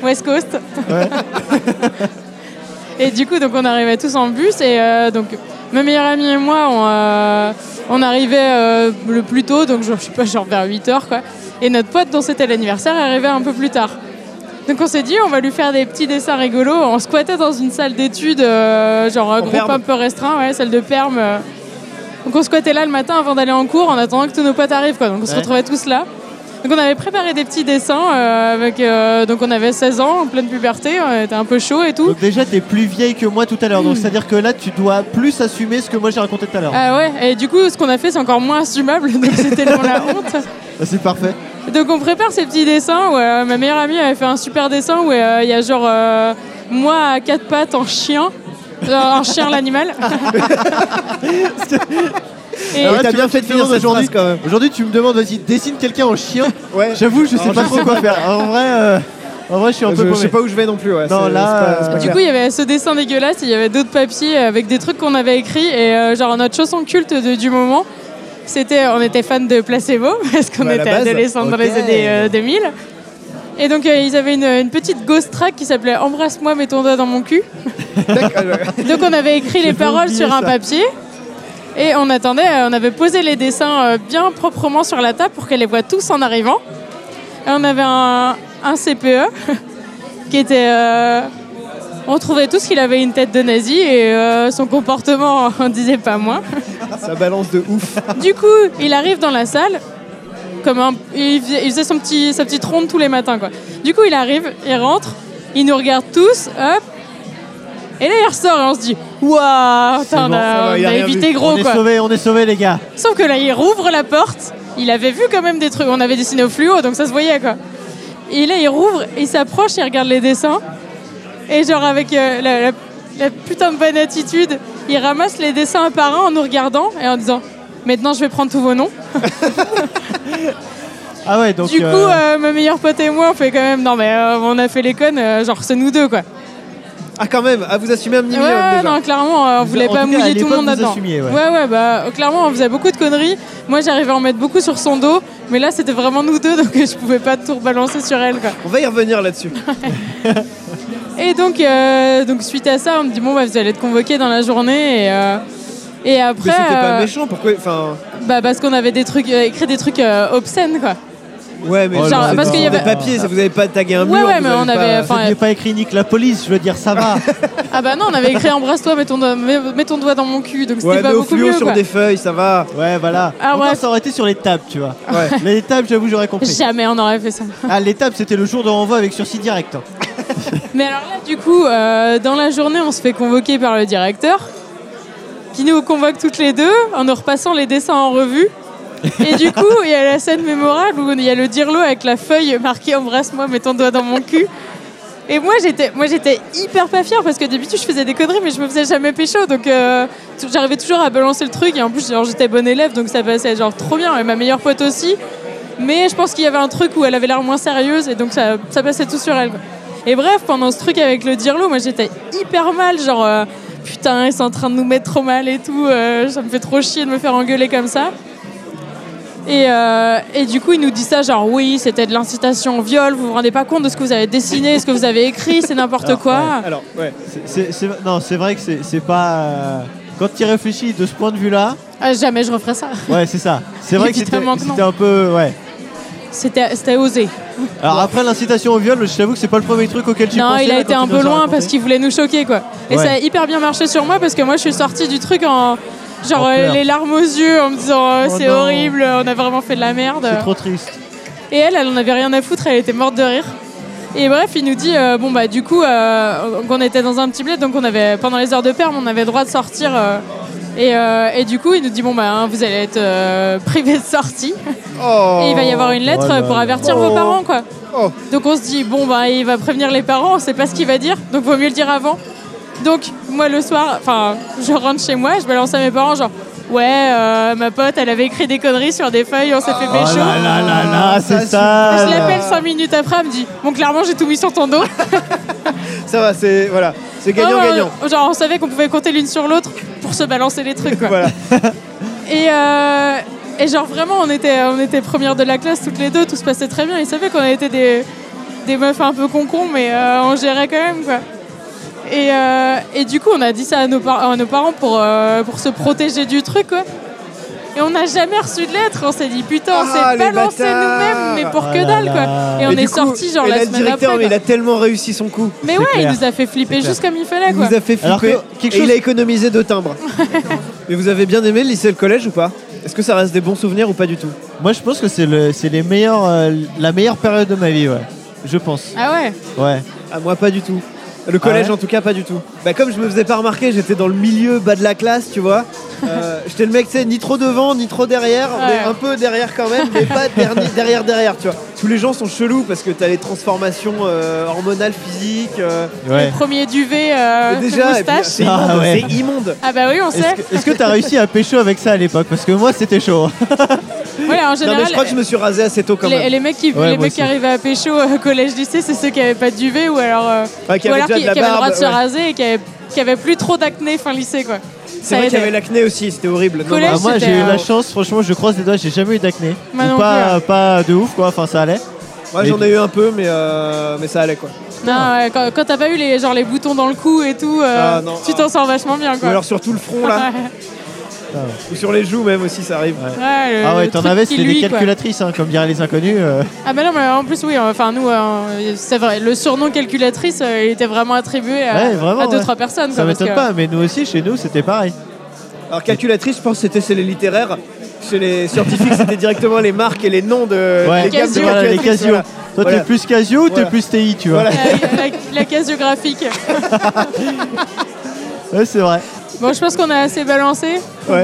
[SPEAKER 5] West Coast. et du coup, donc on arrivait tous en bus et euh, donc ma meilleure amie et moi, on, euh, on arrivait euh, le plus tôt, donc genre, je sais pas, genre vers 8 heures quoi. Et notre pote dont c'était l'anniversaire arrivait un peu plus tard. Donc on s'est dit, on va lui faire des petits dessins rigolos. On squattait dans une salle d'études, euh, genre un groupe
[SPEAKER 1] Perm.
[SPEAKER 5] un peu restreint, ouais, salle de perm. euh. Donc on squattait là le matin avant d'aller en cours en attendant que tous nos potes arrivent. Quoi. Donc on se
[SPEAKER 6] Ouais.
[SPEAKER 5] retrouvait tous là. Donc on avait préparé des petits dessins. euh, avec, euh, donc on avait 16 ans, en pleine puberté, on était un peu chaud et tout.
[SPEAKER 6] Donc déjà t'es plus vieille que moi tout à l'heure, donc c'est à dire que là tu dois plus assumer ce que moi j'ai raconté tout à l'heure.
[SPEAKER 5] Ah ouais, et du coup ce qu'on a fait c'est encore moins assumable, donc c'était vraiment la honte.
[SPEAKER 6] Ah, C'est parfait.
[SPEAKER 5] Donc on prépare ces petits dessins. Où, euh, ma meilleure amie avait fait un super dessin où euh, il y a genre euh, moi à quatre pattes en chien. Euh, en chien l'animal. Et-
[SPEAKER 1] t'as bien fait de finir cette
[SPEAKER 6] aujourd'hui.
[SPEAKER 1] phrase, quand même.
[SPEAKER 6] Aujourd'hui, tu me demandes, vas-y, dessine quelqu'un en chien.
[SPEAKER 1] Ouais.
[SPEAKER 6] J'avoue, je sais
[SPEAKER 1] Alors,
[SPEAKER 6] pas
[SPEAKER 1] je
[SPEAKER 6] trop
[SPEAKER 1] sais
[SPEAKER 6] quoi faire. En vrai, euh, en vrai, je suis un peu
[SPEAKER 1] je, je sais
[SPEAKER 6] paumé.
[SPEAKER 1] pas où je vais non plus. Ouais.
[SPEAKER 6] Non,
[SPEAKER 1] c'est-
[SPEAKER 6] là,
[SPEAKER 1] c'est pas- c'est pas
[SPEAKER 6] euh,
[SPEAKER 5] Du
[SPEAKER 1] clair.
[SPEAKER 5] coup, il y avait ce dessin dégueulasse, il y avait d'autres papiers avec des trucs qu'on avait écrits et euh, genre notre chanson culte de- du moment. C'était, on était fan de Placebo parce qu'on
[SPEAKER 1] Bah, à la
[SPEAKER 5] était
[SPEAKER 1] base,
[SPEAKER 5] adolescents dans les
[SPEAKER 6] ok.
[SPEAKER 5] années euh, 2000. Et donc euh, ils avaient une, une petite ghost track qui s'appelait Embrasse-moi, mets ton doigt dans mon cul.
[SPEAKER 1] D'accord,
[SPEAKER 5] Donc on avait écrit les
[SPEAKER 6] J'ai pas
[SPEAKER 5] paroles
[SPEAKER 6] oublié
[SPEAKER 5] sur un
[SPEAKER 6] ça.
[SPEAKER 5] papier et on attendait, euh, on avait posé les dessins euh, bien proprement sur la table pour qu'elle les voit tous en arrivant. Et on avait un, un CPE qui était... euh, on trouvait tous qu'il avait une tête de nazi et euh, son comportement en disait pas moins.
[SPEAKER 1] ça balance de ouf.
[SPEAKER 5] Du coup, il arrive dans la salle. Comme un, il faisait il faisait son petit, sa petite ronde tous les matins. Quoi. Du coup, il arrive, il rentre, il nous regarde tous, hop. Et là, il ressort et on se dit Waouh, putain, on
[SPEAKER 6] bon, ça
[SPEAKER 5] a,
[SPEAKER 6] va, il
[SPEAKER 5] on
[SPEAKER 6] a
[SPEAKER 5] a
[SPEAKER 6] rien
[SPEAKER 5] évité
[SPEAKER 6] vu.
[SPEAKER 5] gros.
[SPEAKER 6] On est
[SPEAKER 5] Quoi.
[SPEAKER 6] sauvés, on est sauvés, les gars.
[SPEAKER 5] Sauf que là, il rouvre la porte. Il avait vu quand même des trucs. On avait dessiné au fluo, donc ça se voyait quoi. Et là, il rouvre, il s'approche, il regarde les dessins. Et genre, avec euh, la, la- la putain de bonne attitude, il ramasse les dessins un par un en nous regardant et en disant Maintenant, je vais prendre tous vos noms.
[SPEAKER 6] Ah ouais, donc.
[SPEAKER 5] du coup,
[SPEAKER 6] euh,
[SPEAKER 5] euh, ma meilleure pote et moi, on fait quand même Non, mais euh, on a fait les connes, euh, genre, c'est nous deux quoi.
[SPEAKER 1] Ah, quand même, ah, vous assumez un
[SPEAKER 5] Ouais,
[SPEAKER 1] minimum
[SPEAKER 5] ouais,
[SPEAKER 1] déjà.
[SPEAKER 5] non, clairement, euh, on
[SPEAKER 6] Vous-
[SPEAKER 5] voulait
[SPEAKER 6] en
[SPEAKER 5] pas
[SPEAKER 6] tout cas, à
[SPEAKER 5] mouiller tout le
[SPEAKER 6] l'époque,
[SPEAKER 5] monde
[SPEAKER 6] vous
[SPEAKER 5] là-dedans.
[SPEAKER 6] assumiez, ouais.
[SPEAKER 5] ouais, bah euh, clairement, on faisait beaucoup de conneries. Moi, j'arrivais à en mettre beaucoup sur son dos, mais là, c'était vraiment nous deux, donc je pouvais pas tout rebalancer sur elle. Quoi.
[SPEAKER 1] On va y revenir là-dessus.
[SPEAKER 5] Et donc, euh, donc, suite à ça, on me dit bon, bah, vous allez être convoqué dans la journée. Et, euh, et après,
[SPEAKER 1] Mais c'était
[SPEAKER 5] euh,
[SPEAKER 1] pas méchant, pourquoi Enfin,
[SPEAKER 5] bah, parce qu'on avait des trucs, euh, écrit des trucs euh, obscènes, quoi.
[SPEAKER 1] ouais, mais
[SPEAKER 6] Genre,
[SPEAKER 1] c'était
[SPEAKER 6] parce
[SPEAKER 1] sur
[SPEAKER 6] qu'il y
[SPEAKER 1] des
[SPEAKER 6] avait-
[SPEAKER 1] papiers, ça vous avez pas tagué un
[SPEAKER 5] Ouais,
[SPEAKER 1] mur.
[SPEAKER 5] ouais,
[SPEAKER 1] vous
[SPEAKER 5] mais
[SPEAKER 1] avez
[SPEAKER 5] on
[SPEAKER 1] pas-
[SPEAKER 5] avait-
[SPEAKER 6] vous
[SPEAKER 5] enfin,
[SPEAKER 6] n'aviez pas écrit nique la police, je veux dire, ça va.
[SPEAKER 5] Ah bah non, on avait écrit embrasse-toi, mets ton, doigt- mets, mets ton doigt dans mon cul, donc c'était
[SPEAKER 1] Ouais, mais
[SPEAKER 5] pas
[SPEAKER 1] au
[SPEAKER 5] beaucoup
[SPEAKER 1] fluo
[SPEAKER 5] mieux.
[SPEAKER 1] sur
[SPEAKER 5] quoi.
[SPEAKER 1] des feuilles, ça va.
[SPEAKER 6] ouais, voilà.
[SPEAKER 5] Ah,
[SPEAKER 6] Encore,
[SPEAKER 5] ouais.
[SPEAKER 6] ça aurait été sur les tables, tu vois.
[SPEAKER 1] Ouais.
[SPEAKER 6] Les tables, j'avoue, j'aurais compris.
[SPEAKER 5] Jamais on aurait fait ça.
[SPEAKER 6] Ah, les tables, c'était le jour de renvoi avec sursis direct. hein.
[SPEAKER 5] Mais alors là, du coup, euh, dans la journée, on se fait convoquer par le directeur, qui nous convoque toutes les deux en nous repassant les dessins en revue. Et du coup, il y a la scène mémorable où il y a le dirlo avec la feuille marquée Embrasse-moi, mets ton doigt dans mon cul. Et moi j'étais, moi j'étais hyper pas fière parce que d'habitude je faisais des conneries mais je me faisais jamais pécho donc euh, tout- j'arrivais toujours à balancer le truc et en plus genre, j'étais bonne élève donc ça passait genre trop bien et ma meilleure pote aussi mais je pense qu'il y avait un truc où elle avait l'air moins sérieuse et donc ça, ça passait tout sur elle quoi. Et bref, pendant ce truc avec le dirlo, moi j'étais hyper mal, genre euh, putain, ils sont en train de nous mettre trop mal et tout, euh, ça me fait trop chier de me faire engueuler comme ça. Et, euh, et du coup, il nous dit ça, genre oui, c'était de l'incitation au viol, vous vous rendez pas compte de ce que vous avez dessiné, ce que vous avez écrit, c'est n'importe
[SPEAKER 6] Alors,
[SPEAKER 5] quoi.
[SPEAKER 1] Alors, ouais.
[SPEAKER 6] C'est- c'est- c'est- non, c'est vrai que c'est c'est pas. euh, Quand tu réfléchis de ce point de vue-là,
[SPEAKER 5] Ah, jamais je referais ça.
[SPEAKER 6] ouais, c'est ça. C'est vrai que c'était
[SPEAKER 5] Évidemment que non.
[SPEAKER 6] c'était un peu. Ouais.
[SPEAKER 5] C'était c'était osé.
[SPEAKER 6] Alors après l'incitation au viol, je t'avoue que c'est pas le premier truc auquel tu
[SPEAKER 5] non,
[SPEAKER 6] pensais.
[SPEAKER 5] il a
[SPEAKER 6] là,
[SPEAKER 5] été
[SPEAKER 6] quand
[SPEAKER 5] un
[SPEAKER 6] tu nous
[SPEAKER 5] peu
[SPEAKER 6] as
[SPEAKER 5] loin
[SPEAKER 6] raconté.
[SPEAKER 5] parce qu'il voulait nous choquer quoi. Et
[SPEAKER 6] Ouais.
[SPEAKER 5] ça a hyper bien marché sur moi parce que moi je suis sortie du truc en genre
[SPEAKER 6] En
[SPEAKER 5] euh,
[SPEAKER 6] pleurs.
[SPEAKER 5] les larmes aux yeux en me disant euh,
[SPEAKER 6] Oh
[SPEAKER 5] c'est
[SPEAKER 6] non.
[SPEAKER 5] horrible, on a vraiment fait de la merde.
[SPEAKER 6] C'est trop triste.
[SPEAKER 5] Et elle, elle en avait rien à foutre, elle était morte de rire. Et bref, il nous dit, euh, bon bah du coup, euh, on était dans un petit bled, donc on avait, pendant les heures de perme, on avait le droit de sortir. euh, et, euh, et du coup, il nous dit, bon bah hein, vous allez être privé de sortie.
[SPEAKER 1] Oh.
[SPEAKER 5] Et il va y avoir une lettre
[SPEAKER 6] Oh là
[SPEAKER 5] pour
[SPEAKER 6] là.
[SPEAKER 5] avertir
[SPEAKER 1] Oh.
[SPEAKER 5] vos parents, quoi.
[SPEAKER 1] Oh.
[SPEAKER 5] Donc on se dit, bon, bah, il va prévenir les parents, on sait pas ce qu'il va dire, donc vaut mieux le dire avant. Donc, moi, le soir, enfin, je rentre chez moi, je balance à mes parents, genre, ouais, euh, ma pote, elle avait écrit des conneries sur des feuilles, on s'est
[SPEAKER 1] Ah,
[SPEAKER 5] fait
[SPEAKER 6] Oh
[SPEAKER 5] pécho.
[SPEAKER 6] là là là là, c'est
[SPEAKER 1] Ça,
[SPEAKER 6] ça.
[SPEAKER 5] Je l'appelle cinq minutes après, elle me dit, bon, clairement, j'ai tout mis sur ton dos.
[SPEAKER 1] Ça va, c'est voilà, c'est gagnant gagnant.
[SPEAKER 5] Oh, Genre, on savait qu'on pouvait compter l'une sur l'autre pour se balancer les trucs, quoi.
[SPEAKER 1] Voilà.
[SPEAKER 5] Et, euh, et genre vraiment, on était, on était première de la classe toutes les deux, tout se passait très bien. Ils savaient qu'on était des, des meufs un peu concons, mais euh, on gérait quand même quoi. Et, euh, et du coup, on a dit ça à nos, par- à nos parents pour, euh, pour se protéger du truc quoi. Et on n'a jamais reçu de lettre, on s'est dit putain, on
[SPEAKER 1] Ah,
[SPEAKER 5] s'est
[SPEAKER 1] les
[SPEAKER 5] balancé
[SPEAKER 1] bâtards
[SPEAKER 5] nous-mêmes, mais pour
[SPEAKER 6] Oh
[SPEAKER 5] que
[SPEAKER 6] là
[SPEAKER 5] dalle quoi.
[SPEAKER 6] là.
[SPEAKER 5] Et on
[SPEAKER 1] Et du
[SPEAKER 5] est
[SPEAKER 1] coup,
[SPEAKER 5] sorti genre
[SPEAKER 1] et
[SPEAKER 5] la
[SPEAKER 1] là,
[SPEAKER 5] semaine
[SPEAKER 1] le directeur,
[SPEAKER 5] après.
[SPEAKER 1] mais il
[SPEAKER 5] quoi.
[SPEAKER 1] a tellement réussi son coup.
[SPEAKER 5] Mais
[SPEAKER 6] C'est
[SPEAKER 5] ouais,
[SPEAKER 6] clair.
[SPEAKER 5] il nous a fait flipper
[SPEAKER 6] C'est
[SPEAKER 5] juste comme il fallait
[SPEAKER 1] Il
[SPEAKER 5] quoi.
[SPEAKER 1] nous a fait
[SPEAKER 6] Alors
[SPEAKER 1] flipper.
[SPEAKER 6] que- quelque
[SPEAKER 1] Et
[SPEAKER 6] chose-
[SPEAKER 1] il a économisé deux timbres. mais vous avez bien aimé le lycée et le collège ou pas Est-ce que ça reste des bons souvenirs ou pas du tout
[SPEAKER 6] Moi, je pense que c'est le, c'est les meilleurs, euh, la meilleure période de ma vie, ouais. Je pense.
[SPEAKER 5] Ah ouais.
[SPEAKER 6] Ouais.
[SPEAKER 1] Ah moi pas du tout. Le
[SPEAKER 5] Ah
[SPEAKER 1] collège
[SPEAKER 6] ouais
[SPEAKER 1] en tout cas pas du tout. Bah comme je me faisais pas remarquer, j'étais dans le milieu bas de la classe, tu vois. Euh, J'étais le mec, tu sais, ni trop devant, ni trop derrière, mais
[SPEAKER 5] Ouais.
[SPEAKER 1] un peu derrière quand même, mais pas derni- derrière, derrière, tu vois. Tous les gens sont chelous parce que t'as les transformations euh, hormonales, physiques. euh,
[SPEAKER 6] Ouais.
[SPEAKER 5] Premier duvet, euh,
[SPEAKER 1] mais déjà, et puis,
[SPEAKER 5] moustache.
[SPEAKER 1] c'est immonde,
[SPEAKER 6] Ah ouais.
[SPEAKER 1] c'est immonde.
[SPEAKER 5] Ah bah oui, on
[SPEAKER 6] Est-ce
[SPEAKER 5] sait.
[SPEAKER 6] que- est-ce que t'as réussi à pécho avec ça à l'époque Parce que moi, c'était chaud. hein.
[SPEAKER 5] Voilà, en
[SPEAKER 1] Non,
[SPEAKER 5] général,
[SPEAKER 1] mais je crois que je me suis rasé assez tôt quand
[SPEAKER 5] les,
[SPEAKER 1] même.
[SPEAKER 5] les mecs qui,
[SPEAKER 6] Ouais,
[SPEAKER 5] les
[SPEAKER 6] moi
[SPEAKER 5] mecs qui
[SPEAKER 6] aussi.
[SPEAKER 5] arrivaient à pécho au collège lycée, c'est ceux qui n'avaient pas de duvet ou alors, euh,
[SPEAKER 1] Ouais, qui
[SPEAKER 5] ou
[SPEAKER 1] avaient
[SPEAKER 5] alors
[SPEAKER 1] déjà de la
[SPEAKER 5] qui avaient le droit de
[SPEAKER 1] barbe,
[SPEAKER 5] se
[SPEAKER 1] ouais.
[SPEAKER 5] raser et qui avaient, qui avaient plus trop d'acné fin lycée quoi.
[SPEAKER 1] C'est
[SPEAKER 5] Ça
[SPEAKER 1] vrai
[SPEAKER 5] aidait.
[SPEAKER 1] qu'il y avait l'acné aussi, c'était horrible. Non,
[SPEAKER 5] Collège,
[SPEAKER 1] bah,
[SPEAKER 6] Ah, moi,
[SPEAKER 5] c'était,
[SPEAKER 6] j'ai eu
[SPEAKER 5] euh,
[SPEAKER 6] la chance, franchement, je croise les doigts, j'ai jamais eu d'acné.
[SPEAKER 5] Moi
[SPEAKER 6] Ou
[SPEAKER 5] non hein.
[SPEAKER 6] pas, pas de ouf, quoi. Enfin, ça allait.
[SPEAKER 1] moi, j'en ai eu un peu, mais, euh, mais ça allait quoi.
[SPEAKER 5] Non, ouais, quand, quand t'as pas eu les, genre, les boutons dans le cou et tout, euh,
[SPEAKER 1] Ah, non.
[SPEAKER 5] tu t'en sors vachement bien
[SPEAKER 1] Ou
[SPEAKER 5] quoi.
[SPEAKER 1] alors sur tout le front là,
[SPEAKER 5] Ouais.
[SPEAKER 1] ou sur les joues même aussi, ça arrive.
[SPEAKER 5] Ouais, le-
[SPEAKER 6] Ah ouais,
[SPEAKER 5] le
[SPEAKER 6] t'en
[SPEAKER 5] Euh, truc
[SPEAKER 6] avais,
[SPEAKER 5] qui
[SPEAKER 6] c'était des
[SPEAKER 5] lui, quoi.
[SPEAKER 6] calculatrices, hein, comme diraient les inconnus. euh.
[SPEAKER 5] Ah bah non, mais en plus oui, enfin nous, euh, c'est vrai, le surnom calculatrice, euh, il était vraiment attribué à,
[SPEAKER 6] Ouais, vraiment,
[SPEAKER 5] à deux
[SPEAKER 6] ouais.
[SPEAKER 5] trois personnes.
[SPEAKER 6] Ça
[SPEAKER 5] quoi, parce
[SPEAKER 6] m'étonne
[SPEAKER 5] que-
[SPEAKER 6] pas, mais nous aussi, chez nous, c'était pareil.
[SPEAKER 1] Alors calculatrice, je pense que c'était chez les littéraires. Chez les scientifiques, c'était directement les marques et les noms de
[SPEAKER 6] Ouais,
[SPEAKER 1] les gammes de
[SPEAKER 5] Euh, Casio.
[SPEAKER 6] voilà, les
[SPEAKER 1] calculatrices,
[SPEAKER 6] Casio.
[SPEAKER 1] voilà.
[SPEAKER 6] Toi,
[SPEAKER 1] Voilà.
[SPEAKER 6] t'es plus Casio ou t'es
[SPEAKER 1] Voilà.
[SPEAKER 6] plus TI, tu vois
[SPEAKER 1] Voilà.
[SPEAKER 5] la, la- la case géographique.
[SPEAKER 6] Ouais, c'est vrai.
[SPEAKER 5] Bon, je pense qu'on a assez balancé.
[SPEAKER 1] Ouais.